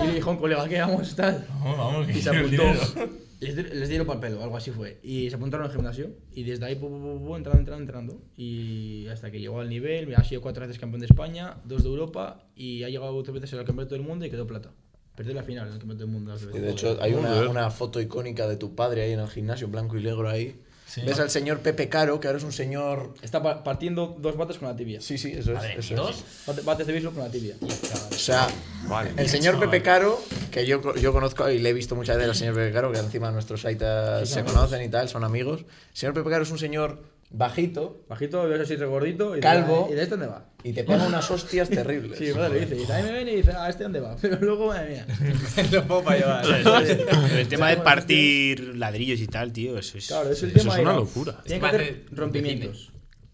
Y le dijo a un colega, ¿qué vamos? Tal. Vamos, vamos, que Y se quiero el apuntó. dinero. Les, di- les dieron papel o algo así fue. Y se apuntaron al gimnasio. Y desde ahí, pu, pu, pu, pu, entrando, entrando, entrando. Y hasta que llegó al nivel, ha sido cuatro veces campeón de España, dos de Europa. Y ha llegado tres veces al campeonato del mundo y quedó plata. Perdió la final en el campeonato del mundo. las dos Y veces. de hecho, hay una, una foto icónica de tu padre ahí en el gimnasio, blanco y negro ahí. Ves al señor Pepe Caro, que ahora es un señor. Está pa- partiendo dos bates con la tibia. Sí, sí, eso es. eso es. ¿Dos? Bate- Bates de béisbol con la tibia. O sea, el señor Pepe Caro, que yo, yo conozco y le he visto muchas veces al señor Pepe Caro, que encima nuestros aitas se conocen y tal, son amigos. El señor Pepe Caro es un señor bajito Bajito, ves así regordito. Y Calvo. De, ¿Y de este dónde va? y te pega unas hostias terribles. Sí, mi padre le dice. Y también me viene y dice, ah, ¿este dónde va? Pero luego, madre mía. Lo puedo para llevar. El tema de partir ladrillos y tal, tío, eso es. Claro, es el Eso tema. es una era- locura. Tienen que Este hacer parece rompimientos.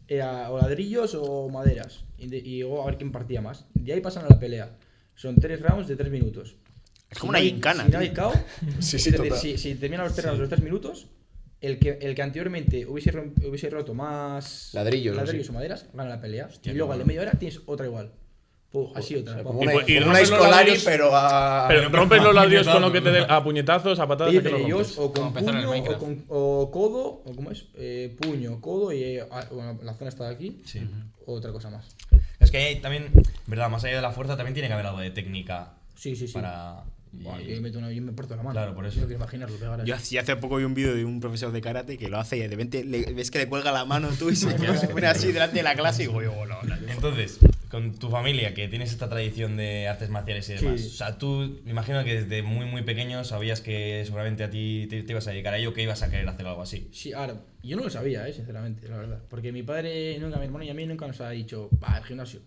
Era o ladrillos o maderas. Y, de- y luego a ver quién partía más. De ahí pasan a la pelea. Son tres rounds de tres minutos. Es como una no hay- gincana, Si no hay tío. KO, Sí, sí, es decir, total. si, si terminan los tres rounds de los tres minutos, el que, el que anteriormente hubiese, rom- hubiese roto más Ladrillos, ladrillos sí. o maderas, gana la pelea. y luego al de media hora tienes otra igual. Puh, así otra. Como Y una, pues- y como una rompes los Escolari, ladrillos- pero a. Pero rompes los ladrillos con lo que te puñetazos, den a puñetazos, a patadas, Oye, a que lo pero ellos rompes. o Como con empezaron en puño o, Minecraft. con, o codo, o cómo es, Eh, puño, codo y eh, ah, bueno, la zona está de aquí, Sí. o otra cosa más. Es que ahí también, verdad, más allá de la fuerza, también tiene que haber algo de técnica Sí, sí, sí. para. y- Buah, que meto una- yo me parto la mano. Claro, por eso. No quiero imaginarlo, pegar así. Yo hace, hace poco vi un vídeo de un profesor de karate que lo hace y de repente le- ves que le cuelga la mano tú y se, se pone así delante de la clase y digo, yo, no, no. Entonces, con tu familia que tienes esta tradición de artes marciales y demás, Sí. o sea, tú me imagino que desde muy muy pequeño sabías que seguramente a ti te, te ibas a dedicar a ello, que ibas a querer hacer algo así. Sí, ahora, yo no lo sabía, eh, sinceramente, la verdad. Porque mi padre, nunca, mi hermano y a mí nunca nos ha dicho, va, al gimnasio.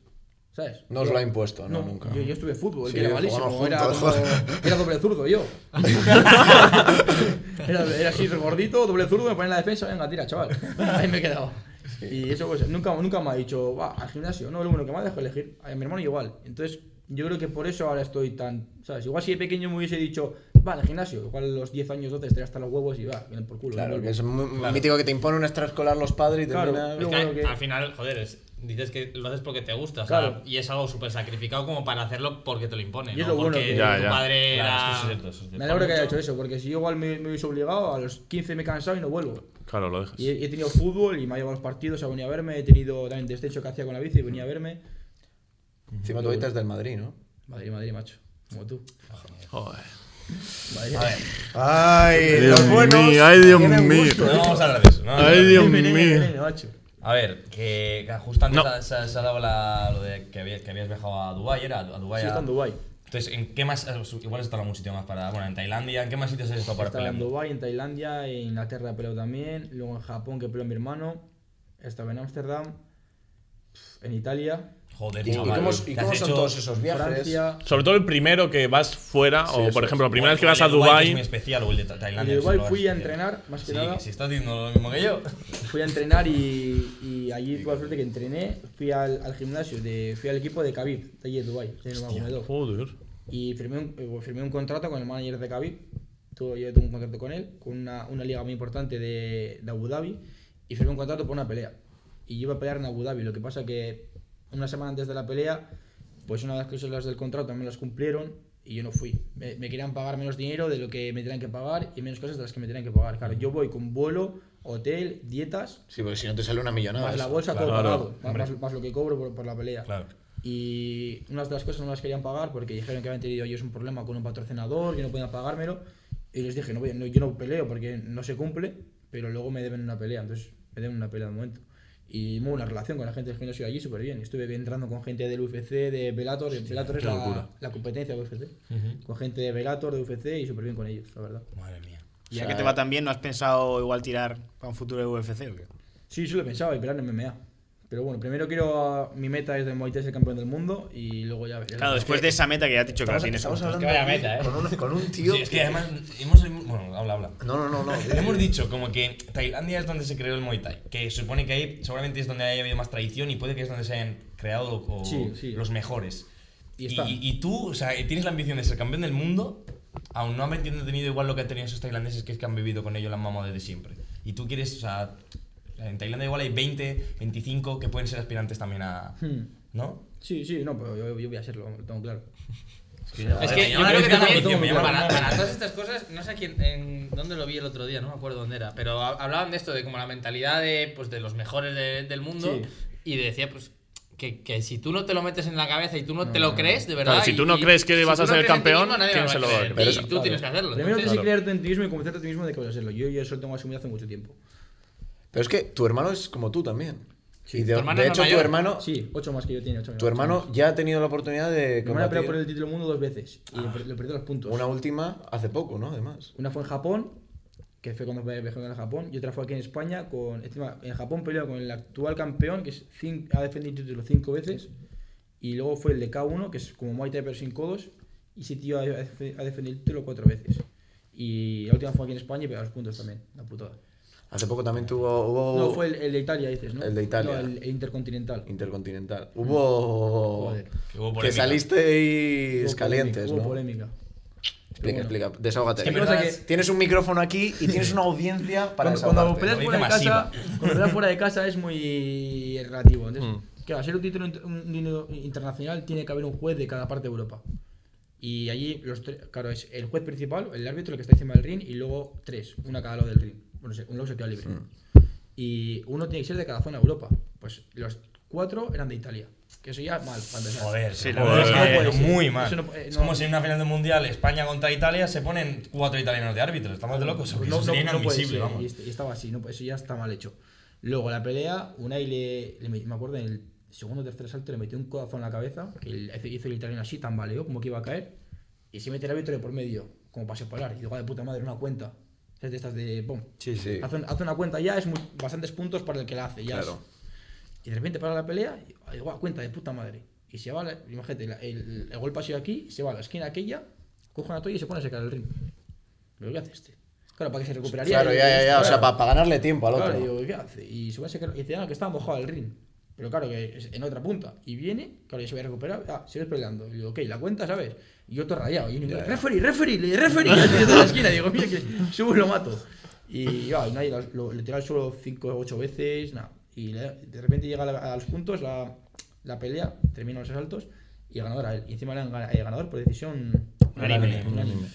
¿Sabes? No os Yo- lo ha impuesto, no, nunca. Yo, yo estuve en fútbol, Sí, que era jugamos malísimo. Era, juntos, como- joder. era doble zurdo yo. era, era así, gordito, doble zurdo, me ponía en la defensa, venga, tira, chaval. Ahí me he quedado. Y eso, pues, nunca, nunca me ha dicho, va, al gimnasio. No, lo único que me ha dejado elegir. A mi hermano igual. Entonces, yo creo que por eso ahora estoy tan. ¿Sabes? Igual si de pequeño me hubiese dicho, va, al gimnasio. Igual a los 10 años, 12, estaría hasta los huevos y va, vienen por culo. Claro, vuelvo. que es muy mítico que te impone un extraescolar los padres y Claro. termina. Yo creo que- Al final, joder, es- dices que lo haces porque te gusta, o sea, Claro. y es algo súper sacrificado como para hacerlo porque te lo impone. Y es ¿no? lo bueno porque que- Ya, tu ya. Claro, es que eso padre es era. cierto, eso es cierto. Me alegro que haya hecho eso, porque si yo igual me, me hubiese obligado, a los 15 me he cansado y no vuelvo. Claro, lo dejas. Y he, he tenido fútbol y me ha llevado a los partidos, ha venido a verme. He tenido también descenso que hacía con la bici y venía a verme. Encima tú ahorita es del Madrid, ¿no? Madrid, Madrid, macho. Como tú. Joder. Madrid. Ay, Dios los buenos. mío, ay, Dios tienen mío. gusto, No ¿eh? vamos a hablar de eso, no vamos a hablar Ay, de Dios Nene, nene, mío. nene, macho. A ver, que, que justo antes No. ha- se, ha- se ha dado la, lo de que habías, que habías viajado a Dubái, ¿era? A Dubái. Sí, a- está en Dubái. Entonces, ¿en qué más? Igual está en algún sitio más para. Bueno, en Tailandia, ¿en qué más sitios has estado para Está en peleando? Dubái, en Tailandia, en Inglaterra he peleado también. Luego en Japón, que peleó mi hermano. Estaba en Ámsterdam. Pf, En Italia. Joder, ¿Y, y chaval. cómo, ¿te y has cómo son hecho- todos esos viajes? Francia. Sobre todo el primero que vas fuera, o por ejemplo, la primera Bueno, vez que vas a el de Dubái, que Es muy Dubai especial, o el de Ta- En Tailandia. que Dubái son fui a lugares especiales. entrenar, más que Pues Sí, nada. si estás diciendo lo mismo que yo. Fui a entrenar y, y allí tuve la suerte que entrené. Fui al, al gimnasio, de, fui al equipo de Khabib, de allí en Dubái. de Nurmagomedov. Joder. Y firmé un, eh, firmé un contrato con el manager de Khabib. Tuve, yo tuve un contrato con él, con una, una liga muy importante de, de Abu Dhabi. Y firmé un contrato por una pelea. Y yo iba a pelear en Abu Dhabi. Lo que pasa que una semana antes de la pelea, pues una de las cláusulas del contrato no me las cumplieron y yo no fui. Me, me querían pagar menos dinero de lo que me tenían que pagar y menos cosas de las que me tenían que pagar. Claro, yo voy con vuelo, hotel, dietas, Sí, porque si no te sale una millonada. más la eso. bolsa todo Claro, pagado, más- más, más lo que cobro por, por la pelea. Claro. Y unas de las cosas no me las querían pagar porque dijeron que habían tenido ellos un problema con un patrocinador, que no podían pagármelo. Y les dije, no, voy- no, yo no peleo porque no se cumple, pero luego me deben una pelea, entonces me deben una pelea de momento. Y muy buena relación con la gente del gimnasio de allí, súper bien. Estuve entrando con gente del UFC, de Velator, Velator es la, la competencia de UFC. Con gente de Velator, de UFC y súper bien con ellos, la verdad. Madre mía. Ya que te va tan bien, ¿no has pensado igual tirar para un futuro de UFC o qué? Sí, yo lo pensaba, y pelear en MMA. Pero bueno, primero quiero. Mi meta es de Muay Thai ser campeón del mundo y luego ya veré. Claro, después de esa meta que ya te he dicho que la tienes. estamos juntas. hablando vaya aquí meta, ¿eh? con, un, con un tío. Sí, es que además hemos. Bueno, habla, habla. No, no, no, no. eh. Hemos dicho como que Tailandia es donde se creó el Muay Thai, que se supone que ahí seguramente es donde haya habido más tradición y puede que es donde se hayan creado o- Sí, sí. los mejores. Y, Y está. y tú, o sea, tienes la ambición de ser campeón del mundo, aún no habiendo tenido igual lo que han tenido esos tailandeses que es que han vivido con ello la mamá desde siempre. Y tú quieres, o sea, en Tailandia igual hay 20, 25 que pueden ser aspirantes también a... Hmm. ¿No? Sí, sí, no, pero yo, yo voy a serlo, vamos, lo tengo claro. Es Joder, me que yo llama la creo que atención, también tío, me llama la para, atención. para todas estas cosas, no sé a quién, en dónde lo vi el otro día, no me acuerdo dónde era, pero ha- hablaban de esto, de como la mentalidad de, pues, de los mejores de- del mundo Sí. y decía, pues, que, que si tú no te lo metes en la cabeza y tú no te Mm. lo crees, de verdad. Claro, si y- tú no y- crees que si vas tú a no ser crees en ti campeón, mismo, nadie ¿quién lo va se a lo va a creer. creer? Y tú tienes que hacerlo. Primero tienes entonces- que creerte en ti mismo y convencerte a ti mismo de que vas a hacerlo. Yo, yo eso lo tengo asumido hace mucho tiempo. Pero es que tu hermano es como tú también. Sí. y de, Tu hermano de es más hecho, tu mayor. hermano, Sí, ocho más que yo tiene, ocho tu hermano ya ha tenido la oportunidad de Mi hermana ha peleado por el combatir título del mundo dos veces Ah. y le, per- le perdió los puntos. una última hace poco, ¿no? Además. Una fue en Japón, que fue cuando fue campeón en Japón, y otra fue aquí en España. Con, encima, en Japón peleó con el actual campeón, que es cin- ha defendido el título cinco veces, y luego fue el de K1, que es como Muay Thai pero sin codos, y ese tío ha, ha defe- ha defendido el título cuatro veces. Y la última fue aquí en España y pegó los puntos también, la putada. Hace poco también tuvo hubo No, fue el, el de Italia, dices, ¿no? Oh. El de Italia. No, el, el intercontinental. Intercontinental. Hubo Joder. Que hubo que polémica. salisteis Hubo calientes, polémica, hubo ¿no? polémica. Explica, Pero bueno. explica, desahógate. Es que me pasa que- Tienes un micrófono aquí y tienes una audiencia para cuando, cuando desahogarte. peleas fuera de Audiencia casa, cuando peleas fuera de casa es muy relativo. Entonces, claro, ser un título inter- un título internacional tiene que haber un juez de cada parte de Europa. Y allí los tres, claro, es el juez principal, el árbitro, el que está encima del ring, y luego tres, una cada lado del ring. Bueno, se- un lado se queda libre. Y uno tiene que ser de cada zona de Europa. Pues los cuatro eran de Italia. Que eso ya mal, para empezar. Joder, sí, la Joder. verdad es que Eso no muy puede mal. ser. Eso no- eh, Es no. como si en una final del mundial España contra Italia se ponen cuatro italianos de árbitros. Estamos de locos. Pues eso sería puede inadmisible, ser, vamos. Y, est- y estaba así, no, pues eso ya está mal hecho. Luego la pelea, Unai le, le met- me acuerdo en el segundo o tercer salto le metió un codazo en la cabeza, que el- hizo- hizo el italiano así, tambaleó como que iba a caer, y se mete el árbitro de por medio, como para separar, y digo, "Ah, de puta madre, una cuenta. Es de estas de, pum, Sí, sí. hace, un- hace una cuenta ya, es muy- bastantes puntos para el que la hace, ya es- Claro. y de repente para la pelea, y "Ah, igual cuenta de puta madre. Y se va, la- imagínate, la- el, el golpe ha sido aquí, se va a la esquina aquella, coge una toalla y se pone a secar el ring. Pero ¿qué hace este? Claro, para que se recuperaría. Claro, Y- ya, ya, ya. O sea, claro, para, ganarle tiempo al otro. claro, digo, ¿qué hace? Y se va a secar. Y dice, ah, que estaba mojado el ring. Pero claro, que es en otra punta. Y viene, claro, ya se había recuperado. Ah, sigues peleando. Y digo, ok, la cuenta, ¿sabes? Y yo todo rayado. Y yo, referee, referee, le- referee. Y yo toda la esquina. Digo, mira que subo y lo mato. Y va, y nadie lo, lo, le tira al suelo 5 o 8 veces. Nada. Y le- de repente llega la- a los puntos la, la pelea, terminan los asaltos. Y ganador a él. Y encima le han gan- eh, ganador por decisión Unánime. unánime.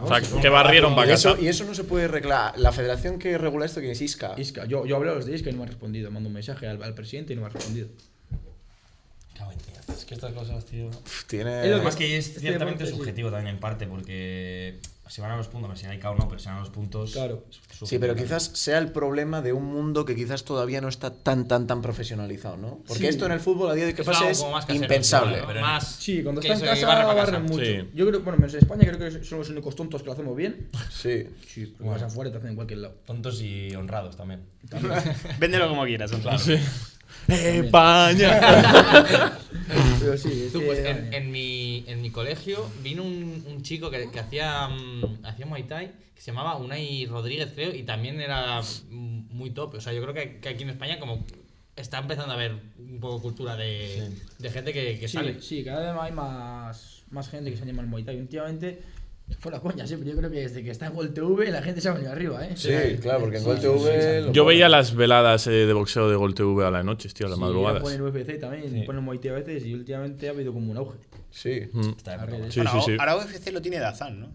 O sea, que barrieron para Y casa. eso, y eso no se puede reclamar. La federación que regula esto, que es ISCA. Isca, yo, yo hablo a los de Isca y no me ha respondido. Mando un mensaje al, al presidente y no me ha respondido. Cago en diez, Es que estas cosas, tío. Pf, tiene. Es lo Además que es Estoy de ciertamente acuerdo, sí. subjetivo también en parte, porque si van a los puntos, si hay K o no, pero si van a los puntos. Claro. es Sí, subjetivo pero también. quizás sea el problema de un mundo que quizás todavía no está tan, tan, tan profesionalizado, ¿no? Porque Sí. esto en el fútbol a día de que Pues Es pasa algo es como más casero, impensable. ¿no? pero- Más Sí, cuando que está en se casa barre pa' barren casa. mucho. Sí. Yo creo, bueno, menos en España creo que son los únicos tontos que lo hacemos bien. Sí. Sí, porque vas afuera y te hacen en cualquier lado. Tontos y honrados también. Véndelo como quieras. Claro. España. Pero sí, es Tú, que- pues, en, en mi, en mi colegio vino un, un chico que, que hacía, mm, hacía Muay Thai, que se llamaba Unai Rodríguez, creo, y también era mm, muy top. O sea, yo creo que, que aquí en España como está empezando a haber un poco cultura de, de gente que, que sí, sale. sí, cada vez hay más, más gente que se anima al Muay Thai. Últimamente, fuera coña, sí, pero yo creo que desde que está en Gol TV la gente se ha venido arriba, ¿eh? Sí, claro, porque en Gol TV lo Yo ponen. veía las veladas eh, de boxeo de Gol TV a las noches, tío, a las Sí, ahora madrugadas. Ponen UFC también, ponen Muay Thai a veces y últimamente ha habido como un auge. Sí. Mm. Está de puta madre. Sí, sí, sí. Ahora UFC lo tiene Dazan, ¿no?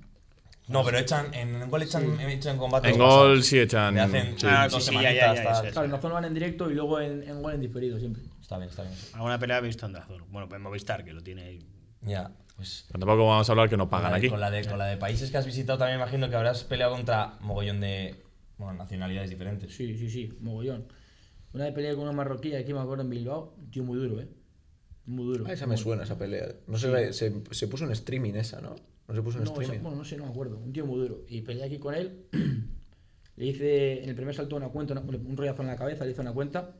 No, pero echan. En en gol echan, echan combate. En los gol pasados. sí echan. Le hacen sí. Ah, dos sí, sí, ya, ya, ya, semanitas, ya, tal. Claro, en Ozone van en directo y luego en, en Gol en diferido siempre. Está bien, está bien. Alguna pelea he visto en Dazón. Bueno, pues en Movistar, que lo tiene ahí. Ya, pues. Pero tampoco vamos a hablar que no Con pagan la de- aquí. Con la, de, con la de países que has visitado también imagino que habrás peleado contra mogollón de bueno, nacionalidades diferentes. Sí, sí, sí, mogollón. Una vez peleé con una marroquí aquí, me acuerdo, en Bilbao. Un Tío, muy duro, ¿eh? Muy duro. Ah, esa me suena, esa pelea. No se, ve- se, se puso en streaming esa, ¿no? No se puso en No, o sea, streaming. bueno, no sé, no me acuerdo. Un tío muy duro. Y peleé aquí con él. le hice en el primer salto una cuenta, una- un rollazo en la cabeza, le hice una cuenta.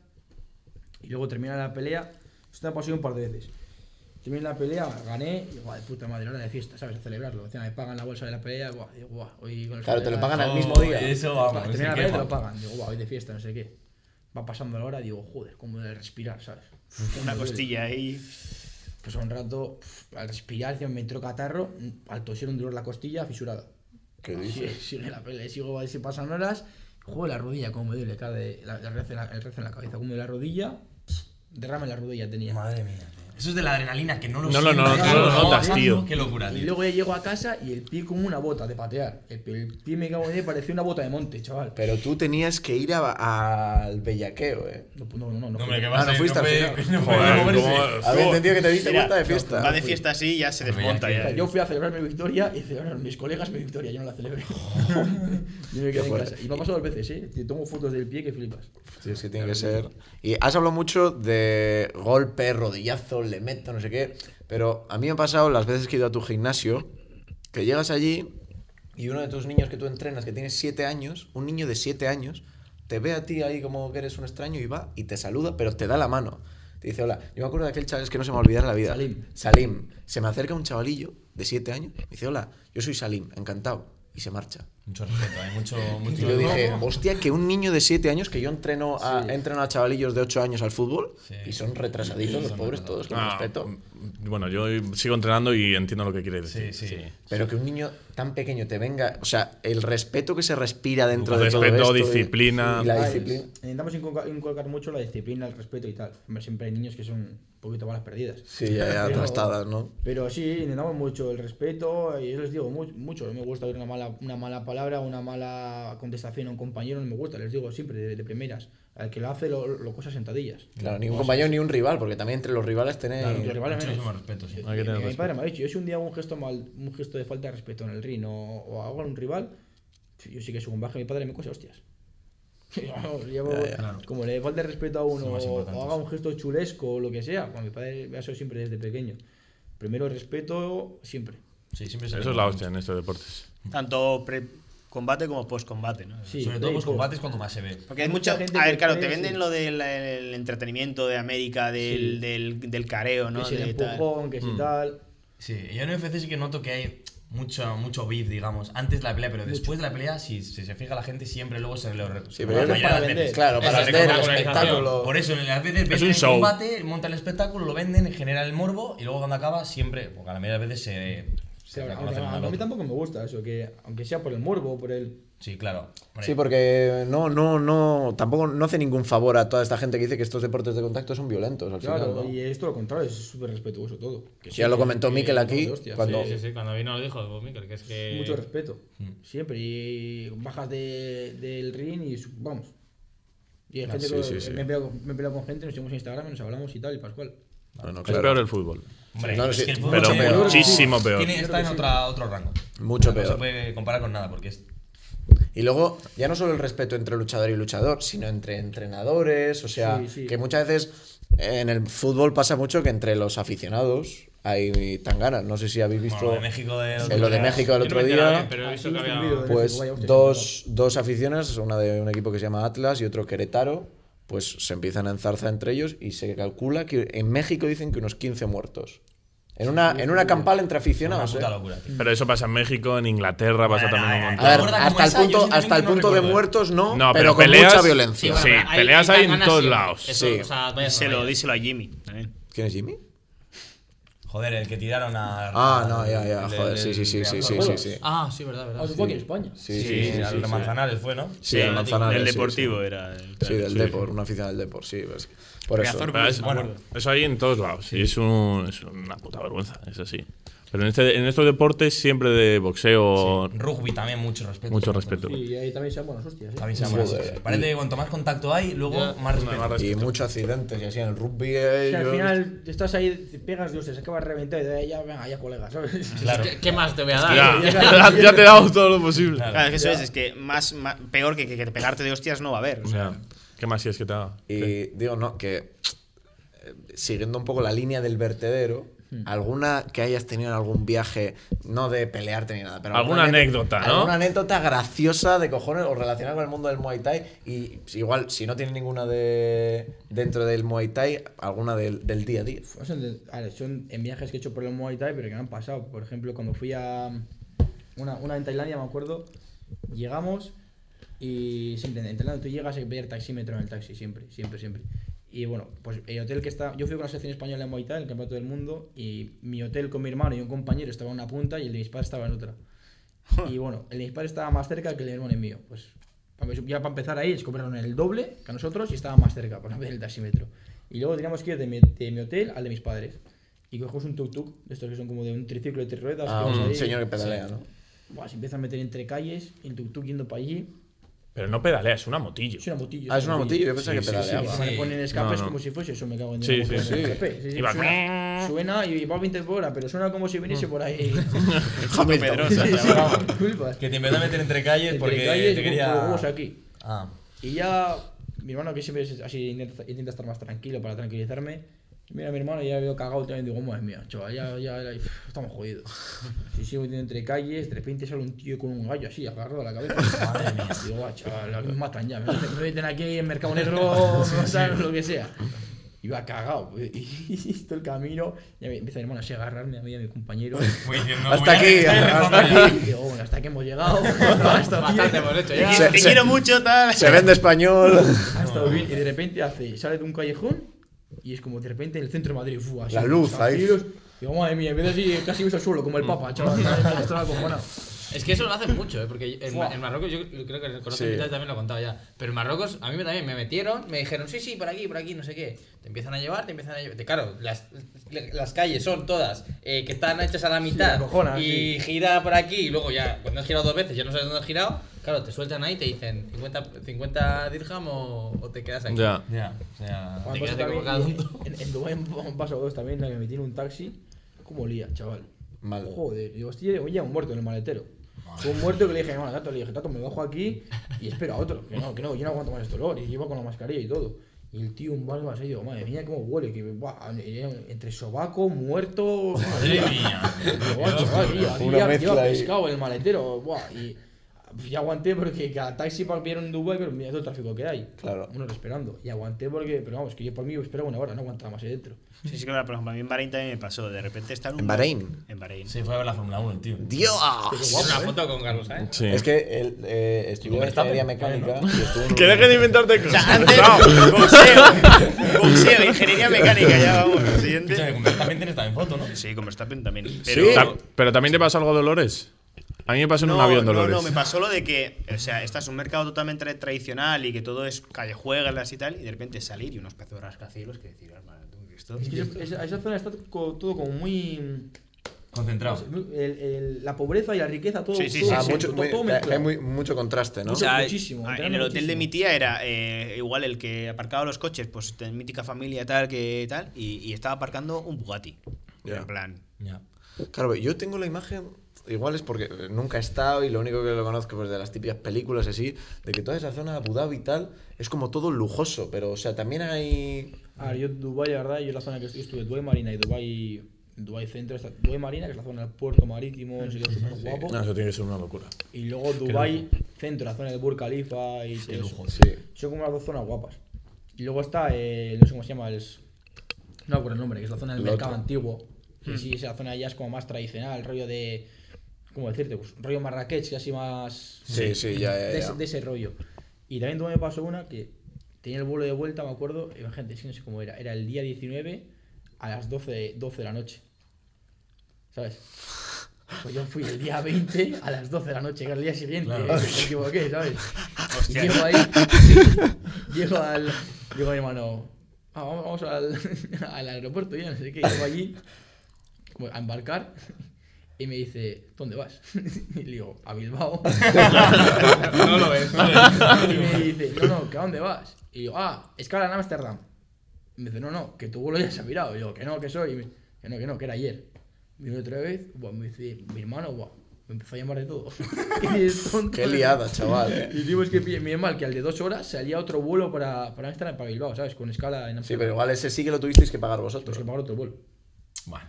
Y luego termina la pelea. Esto me ha pasado un par de veces. Terminé la pelea, gané, y guau, de puta madre, hora de fiesta, ¿sabes? A celebrarlo. Encima me pagan la bolsa de la pelea, guau, digo, guau, hoy con los Claro, te lo colegas- pagan al mismo Oh, día. Eso Pa- vamos. termina la ¿eh? se pelea y te lo quema. pagan. Digo, guau, hoy de fiesta, no sé qué. Va pasando la hora, digo, joder, como de respirar, ¿sabes? Una Cómo duele. costilla ahí. Pues a un rato, pf, al respirar, encima me entró catarro, mm, al toser un dolor la costilla, fisurada. ¿Qué Sigue, dices? sigue la pelea, sigo, se pasan horas, juego la rodilla, como me duele, cada de- la, la red en la, el red en la cabeza, como de la rodilla, derrame en la rodilla tenía. Madre mía. tío. Eso es de la adrenalina que no lo No lo- no- sientes, no lo notas, tío. Qué locura, Y tío. luego ya llego a casa y el pie como una bota de patear. El, pie- el pie me cago en él, parecía una bota de monte, chaval. Pero tú tenías que ir a- a- al bellaqueo, ¿eh. No, no, no, No, no. fui. hombre, que Ah, vas no fuiste al final. No Joder, puede ¿cómo- moverse. Había Fo- entendido que te diste Mira, vuelta de fiesta. Va de fiesta así y ya se Mira, desmonta. O Ya. sea, yo fui a celebrar mi victoria y celebraron mis colegas mi victoria, yo no la celebré. yo me quedé en fuerte. casa. Y me ha pasado dos veces, ¿eh? Te Tengo fotos del pie que flipas. Sí, es que tiene que ser. Y has hablado mucho de golpe, rodillazo, le meto, no sé qué. Pero a mí me ha pasado las veces que he ido a tu gimnasio, que llegas allí y uno de tus niños que tú entrenas, que tienes 7 años, un niño de 7 años, te ve a ti ahí como que eres un extraño y va y te saluda, pero te da la mano. Te dice, hola, yo me acuerdo de aquel chaval, es que no se me va a olvidar en la vida. Salim. Salim. Se me acerca un chavalillo de 7 años, me dice, hola, yo soy Salim, encantado. Y se marcha. Mucho respeto, hay mucho. Y mucho yo dije, hostia, que un niño de 7 años, que yo entreno a, entreno a chavalillos de 8 años al fútbol, Sí. y son retrasaditos los Son pobres todos, con Ah, respeto. mm, Bueno, yo sigo entrenando y entiendo lo que quiere Sí, decir. sí. Pero que un niño tan pequeño te venga, o sea, el respeto que se respira dentro de Respeto, todo esto. y- disciplina. Y, la Vale, disciplina. Intentamos inculca- inculcar mucho la disciplina, el respeto y tal. Hombre, siempre hay niños que son un poquito malas perdidas. Sí, ya, ya, Pero- trastadas, ¿no? Pero sí, intentamos mucho el respeto, y yo les digo mu- mucho, no me gusta oír una mala, una mala palabra, una mala contestación a un compañero, no me gusta, les digo siempre de, de primeras. Al que lo hace lo, lo cosa sentadillas. Claro, ni un compañero ni un rival, porque también entre los rivales tenéis. Los rivales menos. Muchísimo respeto, sí. Hay que Mi- tener mi, respeto. padre me ha dicho, yo si un día hago un gesto mal, un gesto de falta de respeto en el ring o, o hago a un rival, yo sí que subo un baje, mi padre me cose hostias. Vamos, llevo- Claro. Como le falte respeto a Son uno más o importantes. haga un gesto chulesco o lo que sea, con mi padre me ha sido siempre desde pequeño. Primero respeto, siempre. Sí, siempre se Eso es la hostia en estos deportes. Tanto pre-combate como post-combate, ¿no? Sí, Sobre todo los por- combates cuanto más se ve. Porque hay Mucha mucha gente A ver, que claro, cree, te sí. venden lo del el entretenimiento de América, del, Sí. del, del careo, ¿no? que si el De tal. empujón, que si tal. Sí, yo en UFC sí que noto que hay mucho, mucho beef, digamos, antes de la pelea, pero después de la pelea, si, si se fija la gente, siempre luego se lo Sí, pero la yo creo que mayoría para de las vender, veces. Claro, para Eso, hacer el como organización. espectáculo. Por eso, en las veces venden un el show. combate, montan el espectáculo, lo venden, generan el morbo y luego cuando acaba, siempre, porque a la mayoría de las veces se. Sí, se aunque- reconocen uno al aunque a mí otro. tampoco me gusta eso, que aunque sea por el morbo, por el... Sí, claro. Hombre, Sí, pues- porque no, no, no, tampoco no hace ningún favor a toda esta gente que dice que estos deportes de contacto son violentos al Claro, final. ¿no? y esto lo contrario, es súper respetuoso todo. Que Ya lo comentó que- Mikel aquí, de hostias, cuando- sí, Sí, sí, sí, cuando vino lo dijo pues, Mikel, que es que. Eh, sí. Mucho respeto, mm. siempre. Y bajas de, del ring y su- vamos. Y hay gente Ah, sí, que sí, sí. Me, he peleado, con- me he peleado con gente, nos seguimos en Instagram, y nos hablamos y tal, y Pascual. Bueno, Es claro. peor el fútbol. hombre, claro, es sí, que el pero fútbol se- muchísimo peor. Tiene, está en otra, otro rango. Mucho No se peor. puede comparar con nada, porque es. Y luego, ya no solo el respeto entre luchador y luchador, sino entre entrenadores, o sea, Sí, sí. que muchas veces eh, en el fútbol pasa mucho que entre los aficionados hay tanganas. No sé si habéis visto Bueno, lo de México del otro en lo de día. México el Yo no me otro he enterado día. bien, pero he visto Ah, que sí, había. un vídeo de- Pues Vaya hostia, dos, dos aficiones, una de un equipo que se llama Atlas y otro Querétaro, pues se empiezan a enzarzar entre ellos y se calcula que en México dicen que unos 15 muertos. En una, en una campal entre Una aficionados. puta ¿eh? locura, tío. Pero eso pasa en México, en Inglaterra, pasa Bueno, también eh, un A ver, montón. Recuerda como hasta el esa, yo punto, simplemente hasta el no punto de recuerdo. muertos no, No, pero, pero con peleas- mucha violencia. Sí, bueno, peleas hay en ganas todos siempre. lados. Eso, Sí. o sea, vaya Díselo, raya. díselo a Jimmy. también. ¿Quién es Jimmy? Joder, el que tiraron a. Ah, no, ya, ya, el- el- joder, sí, sí, sí, el- sí, el- sí, sí, sí. Ah, sí, verdad, verdad. Ah, fue aquí en España. Sí, Sí, sí, sí, al sí, de sí. Manzanares fue, ¿no? Sí, el Manzanares, del sí, deportivo sí. era. el- Sí, del Depor, una afición del Depor, sí. pues, Por eso. Reazor, Pero es- me acuerdo. eso hay en todos lados. Y es, un- es una puta vergüenza, es así. Pero en, este, en estos deportes siempre de boxeo, Rugby también, mucho respeto. mucho respeto. Sí, y ahí también se buenas hostias. ¿eh? También se llama Joder. así. Parece que cuanto más contacto hay, luego más respeto. Y muchos accidentes, y así en el rugby. O sea, al ellos- final estás ahí, te pegas de hostias, acabas reventado y de ahí ya, venga, ya colega, ¿sabes? Ah. Claro. ¿Qué, qué más te voy a dar? Ya, ya te he dado todo lo posible. Claro. Claro, es que eso es, es que más, más- peor que, que- que pegarte de hostias no va a haber. O sea, ¿qué más quieres que te haga? Y digo, no, que eh, siguiendo un poco la línea del vertedero, alguna que hayas tenido en algún viaje, no de pelearte ni nada, pero Alguna anécdota, ¿no? Alguna anécdota graciosa de cojones o relacionada con el mundo del Muay Thai y si- igual si no tienes ninguna de dentro del Muay Thai, alguna del, del día a día. No son, de- a ver, son en viajes que he hecho por el Muay Thai, pero que me han pasado. Por ejemplo, cuando fui a um, una, una en Tailandia, me acuerdo, llegamos y siempre en Tailandia tú llegas a pedir taxímetro en el taxi, siempre, siempre, siempre. Y bueno, pues el hotel que está. Yo fui con la selección española de Muay Thai, el campeonato del mundo, y mi hotel con mi hermano y un compañero estaba en una punta y el de mis padres estaba en otra. Y bueno, el de mis padres estaba más cerca que el de mi hermano y mío. Pues pa- ya para empezar ahí, les cobraron el doble que a nosotros y estaba más cerca, por no pedir el taxímetro. Y luego teníamos que ir de mi, de mi hotel al de mis padres. Y cogimos un tuk-tuk, de estos que son como de un triciclo de tres ruedas. A que vas Ah, un ahí. señor que pedalea, Ah, Sí. ¿no? Buah, se empieza a meter entre calles, el tuk-tuk yendo para allí. Pero no pedalea, es una motillo. Es una motillo. Ah, es una motillo, yo pensaba Sí, que sí, pedaleaba. Sí, que Sí. le ponen No, escapes no. como si fuese eso, me cago en Dios, Sí, me sí, ponen sí. escape. Sí, sí, Y va- suena, suena y va 20 por hora, pero suena como si viniese por ahí. Jaco Pedrosa. Culpas. Que te empezó a meter entre calles Entre porque calles, te con quería. los huevos aquí. Ah. Y ya, mi hermano que siempre es así intenta, intenta estar más tranquilo para tranquilizarme. Mira, mi hermano ya veo cagado también. Digo, madre mía, chaval, ya, ya, ya, pf, estamos jodidos. Si sigo metiendo entre calles, de repente sale un tío con un gallo así, agarrado a la cabeza. Madre mía, digo, "Buah, chaval, a mí me matan ya. Me meten- me meten aquí en Mercado Negro, me matan, lo que sea. Iba cagado. pues, Y, todo el camino, ya me- empieza mi hermano así a agarrarme a mí y a mi compañero. Voy diciendo, Hasta voy a- aquí, ¿eh? estoy hasta rezando ya. aquí. Digo, bueno, hasta que hemos llegado. Hasta Bastante hemos hecho ya. Se- Te se- quiero mucho, tal. Se vende español. Ha estado bien y de repente hace, sale de un callejón y es como de repente en el centro de Madrid. ¡fua! así, La luz, los ahí. tiros. Digo, madre mía, en vez de así, casi usa el suelo, como el Papa, chaval. madre mía, Estaba acojonado. Es que eso lo hacen mucho, ¿eh? porque en, Ma- en Marruecos, yo creo que conozco Sí. también lo he contado ya. Pero en Marruecos, a mí me- también me metieron, me dijeron, sí, sí, por aquí, por aquí, no sé qué. Te empiezan a llevar, te empiezan a llevar. te- Claro, las, las calles son todas eh, que están hechas a la mitad. acojonas, y sí. gira por aquí, y luego ya, cuando has girado dos veces, ya no sabes dónde has girado. Claro, te sueltan ahí y te dicen 50, 50 dirham o, o te quedas aquí. Ya. Ya, o sea. Una Te cosa quedas equivocado. también, y En, en Dubái un- un paso o dos también, la que me tiene un taxi. ¿Cómo lía, chaval? Mal. Joder, digo, hostia, oye, un muerto en el maletero. Fue un muerto que le dije, hermano, tato, le dije, tato, me bajo aquí y espero a otro. Que no, que no, yo no aguanto más este olor. Y llevo con la mascarilla y todo. Y el tío, un barba así, digo, madre mía, cómo huele. Que, buah, eh, entre sobaco, muerto. Madre mía. Digo, "Buah, chaval, tío, aquí Una ya- mezcla lleva ahí. pescado en el maletero. Buah, y ya aguanté porque cada taxi para pillar en Dubái, pero mira todo el tráfico que hay. Claro. Uno esperando. Y aguanté porque, pero vamos, que yo por mí esperaba una hora, no aguantaba más ahí dentro. Sí, sí, que por ejemplo, a mí en Bahrein también me pasó. De repente estar un. ¿En Bahrein? En Bahrein. Se fue a ver la Fórmula 1, el tío. ¡Dios! Tiene una foto con Carlos, ¿eh? Sí. Es que él eh, estudió ingeniería mecánica y estuvo en un- Que dejen de inventarte O sea, cosas. antes. Boxeo. Boxeo, ingeniería mecánica, ya vamos. Lo Escúchame, siguiente. con Verstappen tienes también foto, ¿no? Sí, con Verstappen también. Sí. Pero. Ta- Pero también te pasó algo Dolores. A mí me pasó en un No, avión no, Dolores. No, me pasó lo de que, o sea, estás es un mercado totalmente tra- tradicional y que todo es callejuegas y tal, y de repente salir y unos pedazos de rascacielos que decir, hermano, tú, ¿qué esto? Es que esa- esa, esa zona está co- todo como muy. Concentrado. el- el- la pobreza y la riqueza, todo. Sí, sí, todo, sí, Ah, sí. mucho, todo- todo muy- mezclado. hay muy- mucho contraste, ¿no? O sea, Muchísimo, ah, en el literalmente hotel de mi muchísimo. tía era eh, igual el que aparcaba los coches, pues de mítica familia tal, que tal, y, y estaba aparcando un Bugatti. Y Ya. En plan, Ya. Claro, yo tengo la imagen, igual es porque nunca he estado y lo único que lo conozco pues de las típicas películas así, de que toda esa zona de Abu Dhabi y tal es como todo lujoso, pero o sea, también hay... A ver, yo Dubái, la verdad, yo la zona que estoy, estuve Dubái Marina y Dubái, Dubái Centro, está Dubái Marina, que es la zona del puerto marítimo, no sé qué, súper guapo. Ah. No, eso tiene que ser una locura. Y luego Dubái Centro, la zona de Burj Khalifa y todo eso. Sí. Son como las dos zonas guapas. Y luego está, eh, no sé cómo se llama, el, no me acuerdo el nombre, que es la zona del Lo mercado otro. antiguo. Y sí, esa zona ya es como más tradicional, rollo de, ¿cómo decirte? Pues, rollo Marrakech, casi más... Sí, sí, ya, ya, de, ya. ese, de ese rollo. Y también tuve- me pasó una que tenía el vuelo de vuelta, me acuerdo, eh, gente, es que no sé cómo era, era el día 19 a las 12 de, 12 de la noche. ¿Sabes? Pues yo fui el día 20 a las 12 de la noche, que era el día siguiente. Me equivoqué, ¿sabes? Y Hostia. llego ahí, llego al. Llego a mi hermano, "Ah, vamos, vamos al, al aeropuerto, ya no sé qué. Llego allí como a embarcar y me dice, ¿dónde vas? Y le digo, a Bilbao. No lo ves, no lo Y me dice, no, no, ¿que a dónde vas? Y yo, ah, escala en Ámsterdam. Y me dice, no, no, que tu vuelo ya se ha virado. Y yo, que no, que soy. Y me- que no, que no, que era ayer. Vino otra vez, buah, me dice, mi hermano, buah, me empezó a llamar de todo. Y es tonto. Qué liada, chaval. ¿eh? Y digo, es que pi- mira mal, que al de dos horas salía otro vuelo para, para Ámsterdam, para Bilbao, ¿sabes? Con escala en Sí, Ámsterdam. pero igual ese sí que lo tuvisteis que pagar Tienes vosotros. que pagar otro vuelo. Bueno.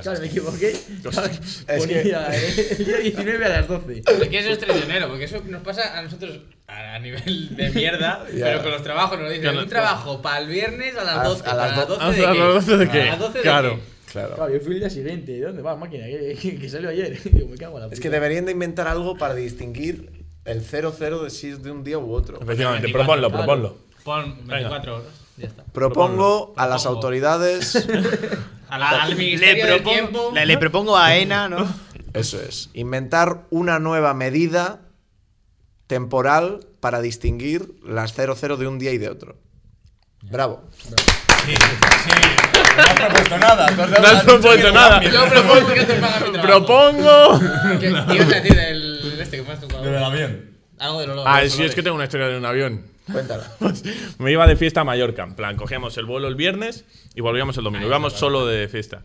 Claro, me equivoqué. Ponía eh, el día 19 a las 12. Porque eso es traicionero, porque eso nos pasa a nosotros a a nivel de mierda, Ya. pero con los trabajos nos dicen un trabajo para el viernes a las 12. a las do- ¿para ¿A las 12 de qué? ¿A las 12 de Claro. qué? Claro. Claro, yo fui el día siguiente. ¿De dónde va, máquina? Que, que- que salió ayer. Digo, me cago en la puta. Es que deberían de inventar algo para distinguir el 00 de si es de un día u otro. Efectivamente, proponlo, Claro. proponlo. Pon 24 horas, ya está. Propongo a las Propongo. autoridades. A la- al Ministerio le, del propongo- Tiempo. le- le propongo a ENA, ¿no? Eso es. Inventar una nueva medida temporal para distinguir las 00 de un día y de otro. Bravo. Sí, sí. No has propuesto nada. tú has dado No has la noche propuesto que nada. te Yo va propongo que te paga mi trabajo. ¡Propongo! ¿Qué qué ibas a decir del del este que me has tocado? bien. Lo del avión. Algo del olor. Ah, del sí, olor. es que tengo una historia de un avión. Cuéntala. Me iba de fiesta a Mallorca. En plan, cogíamos el vuelo el viernes y volvíamos el domingo. Íbamos solo de fiesta.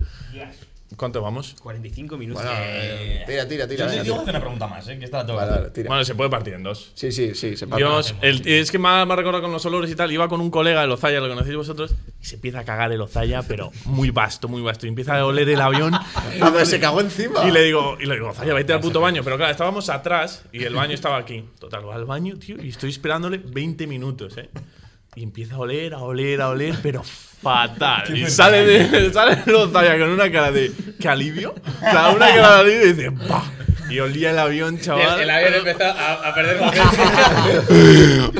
¿Cuánto vamos? 45 minutos. Eh, Tira, Yo tira, tira. te digo que venga, tira. hacer una pregunta más, ¿eh? Que esta la tengo que Vale, hacer. vale, tira. Bueno, se puede partir en dos. Sí, sí, sí. Se parte. Dios, el- es que me ha, me ha recordado con los olores y tal. Iba con un colega de Ozaya, lo conocéis vosotros, y se empieza a cagar el Ozaya, pero muy vasto, muy vasto. Y empieza a oler el avión. Ah, pero se cagó encima. Y le digo, y le digo, Zaya, vete al puto baño. Pero claro, estábamos atrás y el baño estaba aquí. Total, va al baño, tío, y estoy esperándole 20 minutos, ¿eh? Y empieza a oler, a oler, a oler, pero fatal. Y sale de sale Zaya con una cara de ¿qué alivio? O sea, una cara de alivio y dice, ¡pah! Y olía el avión, Y chaval. El, el avión empezó a, a perder potencia.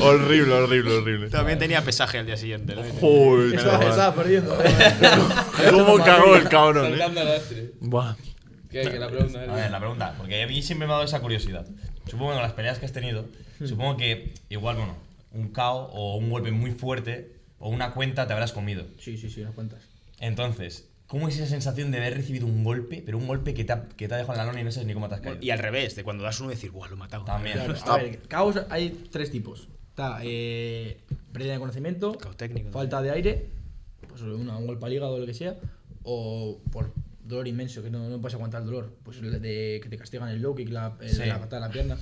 Horrible, horrible, horrible. También tenía pesaje al día siguiente. ¿no? Joder, Estaba, chaval. estaba perdiendo. ¿Cómo cagó el cabrón, eh? Soltando lastre. Buah. Que, que la pregunta A ver, era. la pregunta, porque a mí siempre me ha dado esa curiosidad. Supongo que con las peleas que has tenido, supongo que igual, bueno, un KO o un golpe muy fuerte o una cuenta te habrás comido. Sí, sí, sí, unas cuantas. Entonces, ¿cómo es esa sensación de haber recibido un golpe, pero un golpe que te ha, que te ha dejado en la lona y no sabes ni cómo te has caído? Y al revés, de cuando das uno decir, guau, lo he matado. También. Claro, a ver, caos hay tres tipos. Está eh, pérdida de conocimiento, Caos técnico. falta de aire, pues una, un golpe al hígado o lo que sea, o por dolor inmenso, que no, no puedes aguantar el dolor, pues el de que te castigan el low kick, la, el- Sí. la patada en la pierna.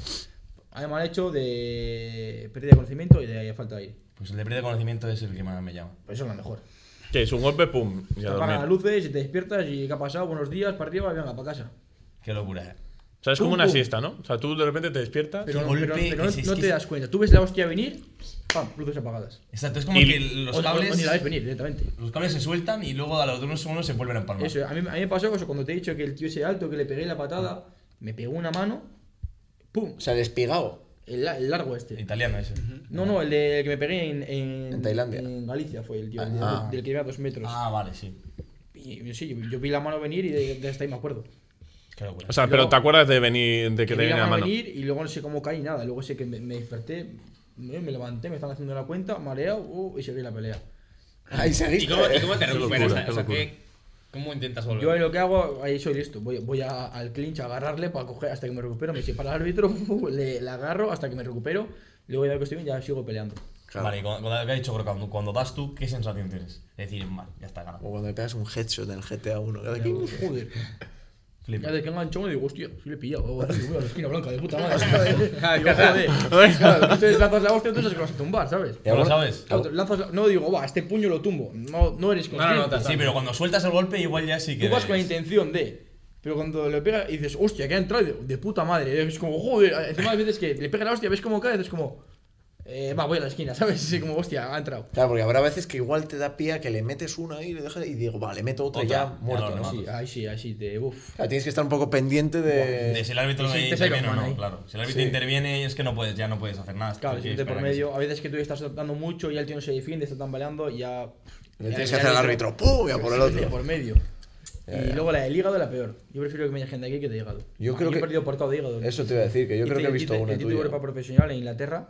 Hay mal hecho de pérdida de conocimiento y de falta de aire. Pues el de pérdida de conocimiento es el que más me llama. Pues eso es lo mejor. Que es un golpe, pum. Y a Te apagan las dormir. luces y te despiertas y ¿qué ha pasado? Buenos días, para arriba, venga, para casa. Qué locura. eh. O sea, es como una siesta, ¿no? O sea, tú de repente te despiertas. Pero, Qué no- pero- golpe, pero no, es- es no que te es- das cuenta. Tú ves la hostia venir, pam, luces apagadas. Exacto, es como Y- que los O- o- o ni la ves cables, venir directamente. los cables se sueltan y luego a los de unos segundos se vuelven a empalmar. Eso, a mí, a mí me pasó eso, cuando te he dicho que el tío ese alto, que le pegué la patada, me pegó una mano, ¡pum! O sea, despigado. El, la- el largo este. Italiano ese. No, no, el, de- el que me pegué en, en, En Tailandia. en Galicia fue el tío, el Ah. del, del que iba a dos metros. Ah, vale, sí. Y, y sí, yo, yo vi la mano venir y de, de hasta ahí me acuerdo. Qué locura. O sea, Luego- pero te acuerdas de venir de que te vi viene la mano. venir y luego no sé cómo caí, nada. Luego sé que me, me desperté, me, me levanté, me estaban haciendo la cuenta, mareado uh, y seguí la pelea. Ahí ¿Y seguiste. cómo, y cómo te Qué recuperas? locura, o sea, qué ¿qué- ¿Cómo intentas volver? Yo ahí lo que hago, ahí soy listo. Voy, voy a- al clinch a agarrarle para coger hasta que me recupero. Me separa el árbitro, le, le agarro hasta que me recupero. Luego ya veo que estoy bien, ya sigo peleando. Vale, y cuando, cuando había dicho, creo que cuando, cuando das tú, ¿qué sensación tienes? Es decir, mal, ya está, ganado. O cuando le pegas un headshot en el GTA 1. cada que- Digo, Joder. Flipa. Ya desde que enganchó me digo, hostia, sí le he pillado. O, tío, voy a la esquina blanca de puta madre. Digo, joder. Claro, entonces lanzas la hostia, tú sabes que vas a tumbar, ¿sabes? ¿No lo sabes? Claro, te lanzas la- No digo, va, este puño lo tumbo. No, no eres no, consciente. total. Sí, pero cuando sueltas el golpe, igual ya sí que. Tú vas con la ves. intención de. Pero cuando le pegas y dices, hostia, que ha entrado de, de puta madre. Es como, joder, encima hay veces que le pega la hostia, ves cómo cae, es como, eh, va, voy a la esquina, ¿sabes? Sí, como, hostia, ha entrado. Claro, porque habrá veces que igual te da pie a que le metes una ahí y le dejas y digo, vale, meto otra, y Otra. ya Ya muerto, lo ¿no? remato. Sí, ahí sí, ahí sí, te, uff. Claro, tienes que estar un poco pendiente de. De si el árbitro Sí, sí, te interviene saca o mano no, ahí. claro. Si el árbitro interviene, es que no puedes, ya no puedes hacer nada. Claro, tienes que siente por esperar a que medio. A veces que tú estás saltando mucho y el tío no se defiende, está tambaleando y ya. Le ya tienes que el hacer al árbitro, ¡pum! Y a por el de otro. por medio. Y luego la del hígado es la peor. Yo prefiero que me haya gente aquí que de hígado. Yo creo Aquí que- he perdido por KO de hígado. Eso te iba a decir, que yo creo que he visto una El título de tuya. Europa profesional en Inglaterra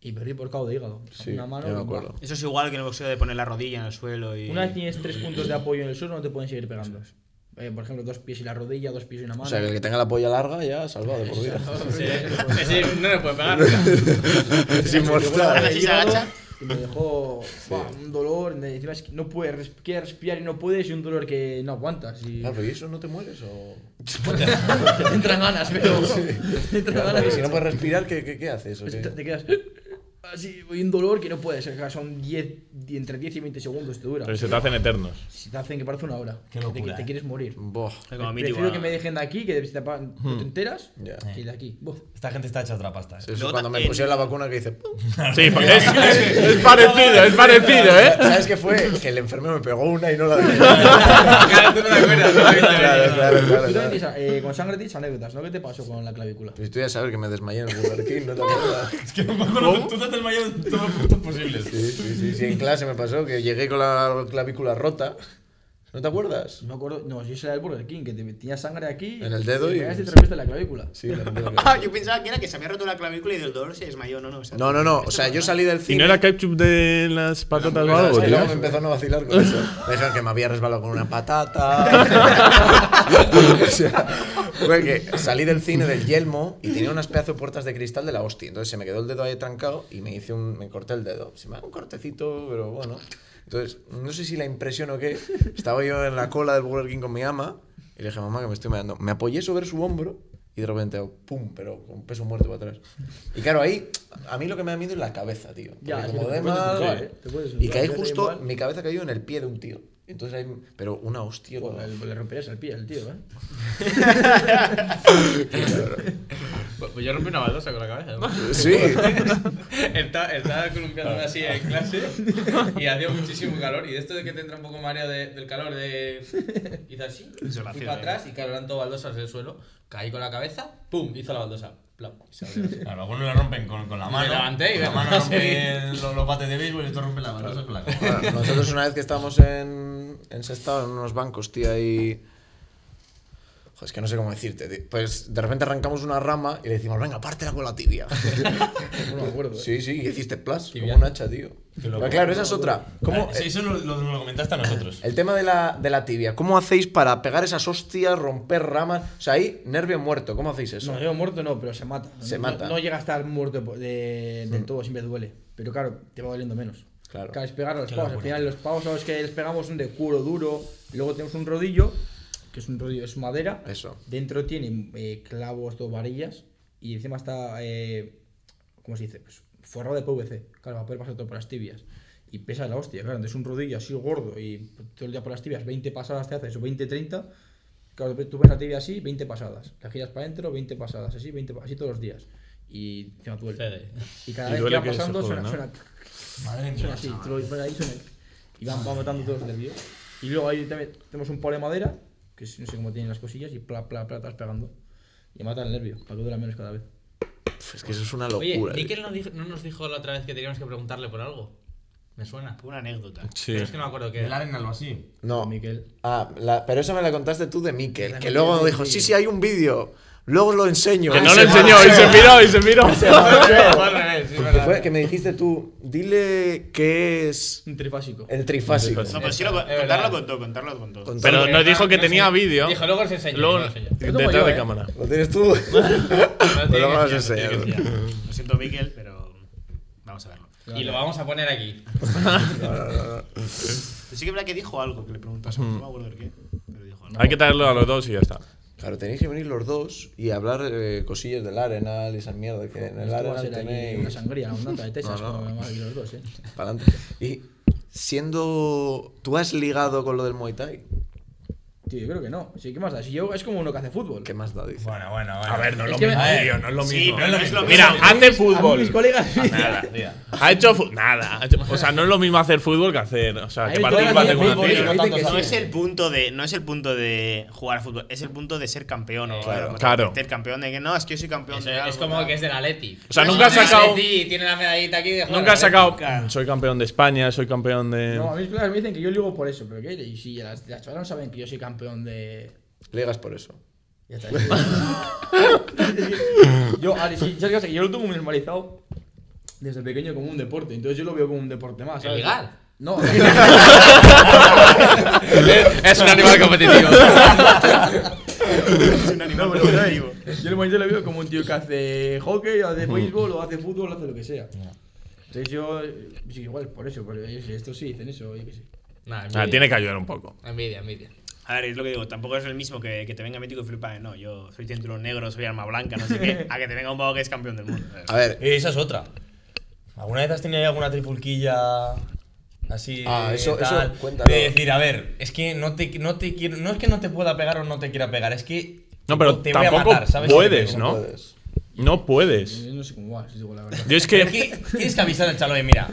y perdí por KO de hígado. Sí, una mano. yo me y- acuerdo. Eso es igual que en el boxeo de poner la rodilla en el suelo y. Una vez tienes tres puntos de apoyo en el suelo, no te pueden seguir pegando. Eh, por ejemplo, dos pies y la rodilla, dos pies y una mano. O sea, que el que tenga la polla larga ya salvado de por vida. Sí, sí, no le pueden pagar. es inmortal. Ahora sí se agacha. Y me dejó buah, un dolor. me- Encima es que no puedes, res- quieres respirar y no puedes, y un dolor que no aguantas. Y Claro, Ah, pero ¿y eso no te mueres o.? te entran ganas, pero. Te entran pues Claro, ganas. porque si no puedes respirar, ¿qué, qué, qué haces? ¿O qué? te, te quedas. así, voy un dolor que no puede ser. claro, Son 10, entre 10 y 20 segundos te dura. Pero se te hacen eternos. Si te hacen que parece una hora. Qué que te- que locura, te, eh. quieres morir. Boh. Como a mí, Prefiero tío, que me dejen de aquí, que de- si te, pa- no te enteras, Hmm. Ya. que de aquí. Buah. Esta gente está hecha otra pasta, eh. Eso es Luego cuando me también- pusieron la vacuna que dice. Sí, porque es, es- es parecido, es parecido, ¿eh? ¿Sabes qué fue? Que el enfermo me pegó una y no la dejé. claro, Claro, tú no te acuerdas, ¿no? claro, claro. Tú también claro. tienes, eh, con sangre tienes anécdotas, ¿no? ¿Qué te pasó con la clavícula? Pues tú ya sabes que me desmayé en el Burger King, no te acuerdas. Es que no me acuerdo, tú te has desmayado en todos los puntos posibles. Sí, sí, sí, sí, en clase me pasó que llegué con la clavícula rota. ¿No te acuerdas? No me acuerdo, no, yo era el Burger King, que te metía sangre aquí. En el dedo y. y- te pegaste tres veces la clavícula. Sí, la entiendo que- Ah, yo pensaba que era que se había roto la clavícula y del dolor se desmayó. No, no. o sea, No, no, no. esto O sea, es yo normal. salí del ¿Y no cine. era ketchup de las patatas o Claro, algo, es que tío? luego me empezaron a vacilar con eso. Me dijeron que me había resbalado con una patata. o sea, fue que salí del cine del Yelmo y tenía unas pedazos de puertas de cristal de la hostia. Entonces se me quedó el dedo ahí trancado y me hice un, me corté el dedo. Se me da un cortecito, pero bueno. Entonces, no sé si la impresión o qué. Estaba yo en la cola del Burger King con mi ama y le dije, mamá, que me estoy meando. Me apoyé sobre su hombro y de repente, hago pum, pero con peso muerto para atrás. Y claro, ahí, a mí lo que me da miedo es la cabeza, tío. Porque Ya, es que como te dé puedes mal- encontrar, ¿eh? Te puedes Y encontrar, caí yo te justo, igual. mi cabeza cayó en el pie de un tío. Entonces ahí, pero una hostia. Buah, con- le, le romperías el pie al tío, ¿eh? Pues pues yo rompí una baldosa con la cabeza. Sí, estaba, estaba columpiándome así en clase y hacía muchísimo calor. Y de esto de que te entra un poco mareo de- del calor, de. Hice así, fui Insolación, para eh. atrás y claro, eran todas baldosas del suelo. Caí con la cabeza, pum, hizo la baldosa. Plap, y se abrió así. Claro, algunos la rompen con, con la mano. levanté y la me mano pasé. rompe los, los bates de béisbol y esto rompe la mano. eso es con la cara. Bueno, Ah, nosotros una vez que estábamos en, en Sestao, en unos bancos, tío, ahí... Joder, es que no sé cómo decirte. tío. Pues de repente arrancamos una rama y le decimos, venga, pártela con la tibia. No me acuerdo. ¿eh? Sí, sí, y hiciste plus, como Tibia. un hacha, tío. loco. Pero claro, esa es otra. ¿Cómo, Ah, sí, Eso lo, lo, lo comentaste a nosotros. El tema de la, de la tibia, ¿cómo hacéis para pegar esas hostias, romper ramas? O sea, ahí, nervio muerto, ¿cómo hacéis eso? No, yo muerto no, pero se mata. Se no, mata. Hmm. No, no llega a estar muerto de- del todo, siempre duele. Pero claro, te va doliendo menos. Claro. es pegar a los Qué pavos. Al locura, final, los pavos a los que les pegamos son de cuero duro. Luego tenemos un rodillo, que es un rodillo, es madera. Eso. Dentro tiene eh, clavos, dos varillas. Y encima está, eh, ¿cómo se dice? Pues, forrado de PVC. Claro, va a poder pasar todo por las tibias. Y pesa la hostia, claro. Entonces, un rodillo así gordo y todo el día por las tibias, 20 pasadas te haces, o 20, 30. Claro, tú ves la tibia así, 20 pasadas. La giras para adentro, 20 pasadas, así, 20, pa- así todos los días. Y encima duele. Cede. Y cada Y vez que duele va que se pasando joda, suena, ¿no? suena, Madre mía. suena así. Te lo pones ahí, suena. Y van, van matando todos los nervios. Y luego ahí también tenemos un palo de madera, que es- no sé cómo tienen las cosillas, y pla, pla, pla, te vas pegando. Y mata el nervio, para que dura menos cada vez. Pf, Es que eso es una Oye, locura. tío. Nickel nos dijo- no nos dijo la otra vez que teníamos que preguntarle por algo. Me suena. Una anécdota. Sí. Pero es que no me acuerdo qué. Del arena o así. No, Miquel. Ah, la- pero esa me la contaste tú de Miquel, La que conté luego de dijo, Miquel. sí, sí, hay un vídeo, luego lo enseño. ¿eh? Que Y no lo se fue. enseñó, y se miró, y se miró. Fue al revés, sí, es Que, verdad. fue- que me dijiste tú, dile qué es Un trifásico. el trifásico. No, pero sí lo Es verdad. contarlo con todo, contarlo con todo. Con- Pero nos dijo que No tenía sé. vídeo. Dijo, luego os enseño. Luego, luego os enseño. Lo tengo detrás yo, de eh. cámara. ¿Lo tienes tú? Lo tiene lo que vamos a enseñar, lo tiene enseñar. que enseñar. Lo siento, Miquel, pero vamos a verlo. Y lo vamos a poner aquí. Pero sí que es verdad que dijo algo que le preguntasemos, no me acuerdo de qué, pero dijo algo. Hay que traerlo a los dos y ya está. Claro, tenéis que venir los dos y hablar eh, cosillas del Arenal y esa mierda que en el Esto va a Arenal ser aquí una tenéis. sangría, una nata de Texas, No, no. como me van aquí los dos, ¿eh? Pa'lante. Y siendo... ¿Tú has ligado con lo del Muay Thai? Tío, yo creo que no. Sí, ¿qué más da? Si yo es como uno que hace fútbol. ¿Qué más da, dice? Bueno, bueno, bueno. A ver, no es Es lo que mismo, me- tío, no es lo Sí, mismo. pero no es lo Mira, mismo. hace A mí mis fútbol. colegas. Nada, tío. Ha hecho fu- nada. ha hecho- O sea, no es lo mismo hacer fútbol que hacer. O sea, Ahí que el partir un colega bate hace con una fútbol y tira. no tanto No sabe. es el punto de no es el punto de jugar a fútbol, es el punto de ser campeón o Claro. o Claro. ser campeón de que no, es que yo soy campeón Es, de algo, es como tal. que es del Atleti. O sea, nunca has Del sacado- Atleti, tiene la medallita aquí de jugar Nunca ha al Atleti. sacado. Soy campeón de España, soy campeón de. No, a mí mis colegas me dicen que yo ligo por eso, pero ¿qué? Y si las, las chavalas no saben que yo soy campeón de. Ligas por eso. Ya está. yo, Ari, sí, ¿sabes qué pasa? Que yo lo tengo muy normalizado desde pequeño como un deporte, entonces yo lo veo como un deporte más. ¿sabes? ligar? No, Es un animal competitivo. es un animal competitivo. Yo el momento lo veo como un tío que hace hockey, o hace béisbol, o hace fútbol, o hace lo que sea. Entonces yo, eh, sí, igual por eso, pero ellos esto sí dicen eso, yo qué sé. Nah, envidia. Ah, tiene que ayudar un poco. envidia, envidia. A ver, es lo que digo, tampoco es el mismo que, que te venga Mítico y flipa, eh, no, yo soy cinturón negro, soy arma blanca, no sé qué, a que te venga un pavo que es campeón del mundo. A ver, Y esa es otra. ¿Alguna vez has tenido ahí alguna trifulquilla así? Ah, eso- tal, eso, cuéntalo. De decir, a ver, es que no te, no te quiero. No es que no te pueda pegar o no te quiera pegar, es que. No, pero te voy a tampoco matar, ¿sabes? puedes, Si te ¿no? pego. Puedes. No puedes. Yo no sé cómo va, si digo la verdad. Yo es Pero que. que tienes que avisar al chalo de, mira.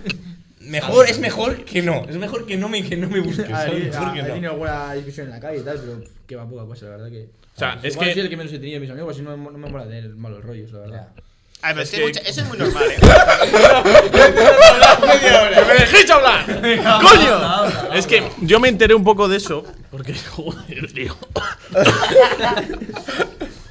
Mejor, es mejor que no. Es mejor que no me, que no me busques. Ah, ¿sabes? sí, Mejor ah, que he no. tenido alguna discusión en la calle y tal, pero que va poca cosa, la verdad que. O sea, es igual que- soy el que menos he tenido de mis amigos, si no, me- no me mola tener malos rollos, la verdad. A ver, pero es que que- mucha- eso es muy normal, ¿eh? ¡Que me dejéis hablar! ¡Coño! Es que yo me enteré un poco de eso. Porque, joder, tío.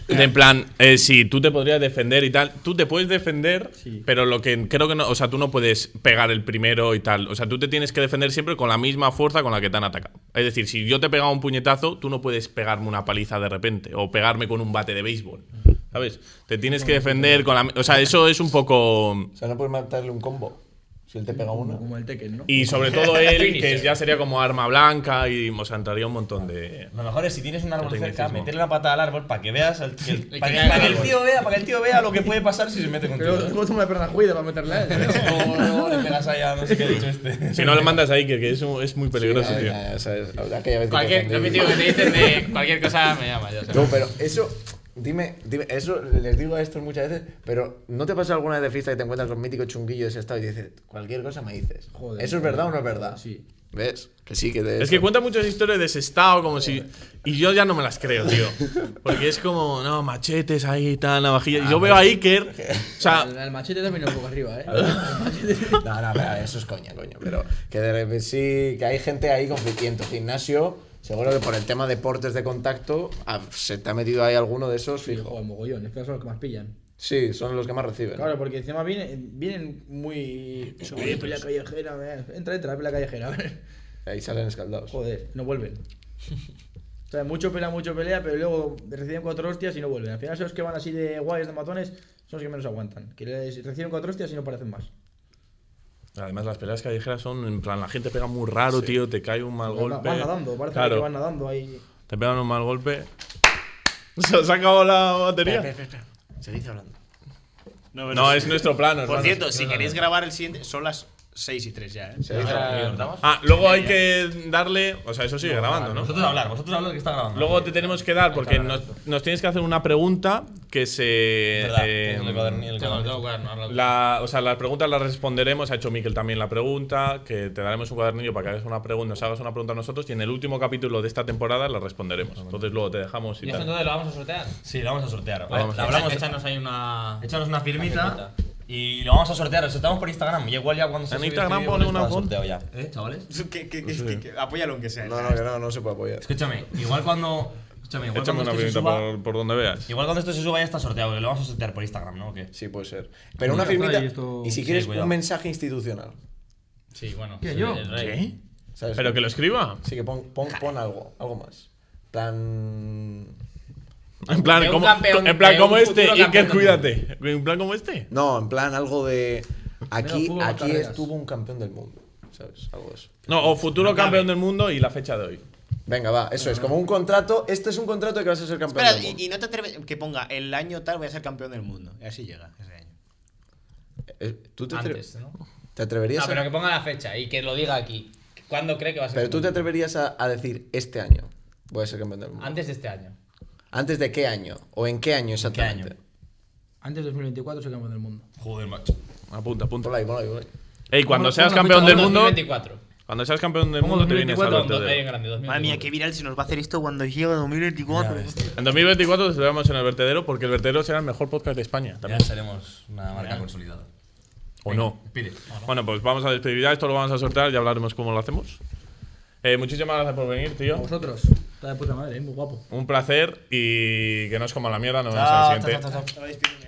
De en plan, eh, si tú te podrías defender y tal, tú te puedes defender, Sí. pero lo que creo que no, o sea, tú no puedes pegar el primero y tal. O sea, tú te tienes que defender siempre con la misma fuerza con la que te han atacado. Es decir, si yo te he pegado un puñetazo, tú no puedes pegarme una paliza de repente o pegarme con un bate de béisbol. ¿Sabes? Te tienes que defender con la. O sea, eso es un poco. O sea, no puedes matarle un combo. Si él te pega Como, uno. como el Tekken, ¿no? Y sobre todo él, que Finisher. ya sería como arma blanca y o sea, entraría un montón de. Lo mejor es si tienes un árbol cerca, tecnicismo. meterle una patada al árbol para que veas al- que el- que para que, caiga para que el el árbol. tío vea, para que el tío vea lo que puede pasar si se mete contigo. ¿Eh? ¿eh? Pero tengo una perna juida para meterle a él. ¿no? O le pegas allá, no sé qué ha dicho este. Si no le mandas ahí, que, que es, un- es muy peligroso, Ah, tío. ya, ya, sabes, aquella vez que te Cualquier, lo ofendí. que te digo, que te dicen de cualquier cosa me llama, ya sabes. No, pero eso. Dime, dime, eso les digo a estos muchas veces, pero ¿no te pasa alguna vez de fiesta que te encuentras con mítico chunguillo de ese estado y dices, cualquier cosa me dices? Joder. ¿Eso es verdad o no es verdad? Sí. ¿Ves? Que sí, que de Es que eso. cuenta muchas historias de ese estado, como si. Y yo ya no me las creo, tío. Porque es como, no, machetes ahí y tal, navajillas. Ah, Y yo veo a Iker. O El, sea, el machete también un poco arriba, ¿eh? No, no, pero eso es coña, coño. Pero que de repente sí, que hay gente ahí conflictiendo. Gimnasio, seguro que por el tema deportes de contacto, ah, se te ha metido ahí alguno de esos, Sí, fijo. joder, mogollón, es que son los que más pillan. Sí, son los que más reciben. Claro, porque encima vienen, vienen muy. Joder, pelea callejera, eh. entra, entra, pelea callejera, a ver. Ahí salen escaldados. Joder, no vuelven. O sea, mucho pelea, mucho pelea, pero luego reciben cuatro hostias y no vuelven. Al final, esos que van así de guays, de matones, son los que menos aguantan. Que les reciben cuatro hostias y no parecen más. además las peleas callejeras son, en plan, la gente pega muy raro, tío. Te cae un mal Van, golpe. van nadando, parece Claro, que van nadando ahí. Te pegan un mal golpe. Se os ha acabado la batería. Se dice hablando. No, es nuestro plano. Por hermano. cierto, si queréis grabar el siguiente, son las 6 y 3 ya, ¿eh? Se dice- Ah, luego hay que darle. O sea, eso sigue grabando, ¿no? Vosotros hablar, vosotros hablar que está grabando. Luego te tenemos que dar, porque nos, nos tienes que hacer una pregunta que se. Verdad, eh, el cuadernillo, el Tengo cuadernillo. el tengo cuaderno, ahora lo- la- o sea, las preguntas las responderemos. Ha hecho Miquel también la pregunta. Que te daremos un cuadernillo para que hagas una pregunta, nos hagas una pregunta a nosotros. Y en el último capítulo de esta temporada la responderemos. Entonces luego te dejamos y Y eso tal. entonces lo vamos a sortear. Sí, la vamos a sortear. La vamos a La hablamos, Échanos ahí una. échanos una firmita y lo vamos a sortear. Lo sorteamos por Instagram. Y igual ya cuando se En sube este Instagram vídeo, pone está una foto. sorteado ya. ¿Eh, chavales? Que- que- que- que- que- Apóyalo aunque sea. No, no, que no, no se puede apoyar. Escúchame, igual cuando. Escúchame, igual Échame cuando una esto se pregunta suba. por, por donde veas. Igual cuando esto se suba ya está sorteado, que lo vamos a sortear por Instagram, ¿no? ¿O qué? Sí, puede ser. Pero una firmita. Fray, esto- Y si Sí, quieres, cuidado. un mensaje institucional. Sí, bueno. ¿Qué, sí, yo? el rey. ¿Qué? ¿Sabes? Pero que lo escriba. Sí, que pon, pon, pon algo, algo más. Plan. En plan, De un como, campeón, en plan de como un este. futuro Iker, campeón del cuídate. En plan como este. No, en plan algo de. Aquí, fútbol, aquí carreras. estuvo un campeón del mundo. ¿Sabes? Algo de eso. No, o futuro campeón del mundo y la fecha de hoy. Venga, va, eso es. Como un contrato. Este es un contrato de que vas a ser campeón Espera, del mundo. y, y no te atreves. Que ponga el año tal, voy a ser campeón del mundo. Y así llega ese año. Eh, ¿Tú te, atre- Antes, ¿no? te atreverías No, pero a.? que ponga la fecha y que lo diga aquí. ¿Cuándo cree que va a ser? Pero tú te atreverías a, a decir este año. Voy a ser campeón del mundo. Antes de este año. ¿Antes de qué año? ¿O en qué año exactamente? año? Antes de 2024 se campeón del mundo. Joder, macho. Apunta, apunta. Ponla ahí, ponla ahí, ponla ahí. Ey, cuando Ponlo- seas ponlo la campeón fecha del ahora, mundo. 2024. Cuando seas campeón del Pongo mundo te vienes a 2024, verte Cuando- de- ahí en grande, 2024. Madre mía, qué viral se nos va a hacer esto cuando llegue 2024. En 2024 te celebramos en el vertedero porque el vertedero será el mejor podcast de España. Ya También. seremos una marca consolidada. ¿O no? Pide. Bueno, pues vamos a despedir ya. Esto lo vamos a soltar y hablaremos cómo lo hacemos. Eh, muchísimas gracias por venir, A tío. vosotros. Está de puta madre, ¿eh? muy guapo. Ah, Un placer y que no os coma la mierda. Nos vemos en el siguiente. Ahora despido.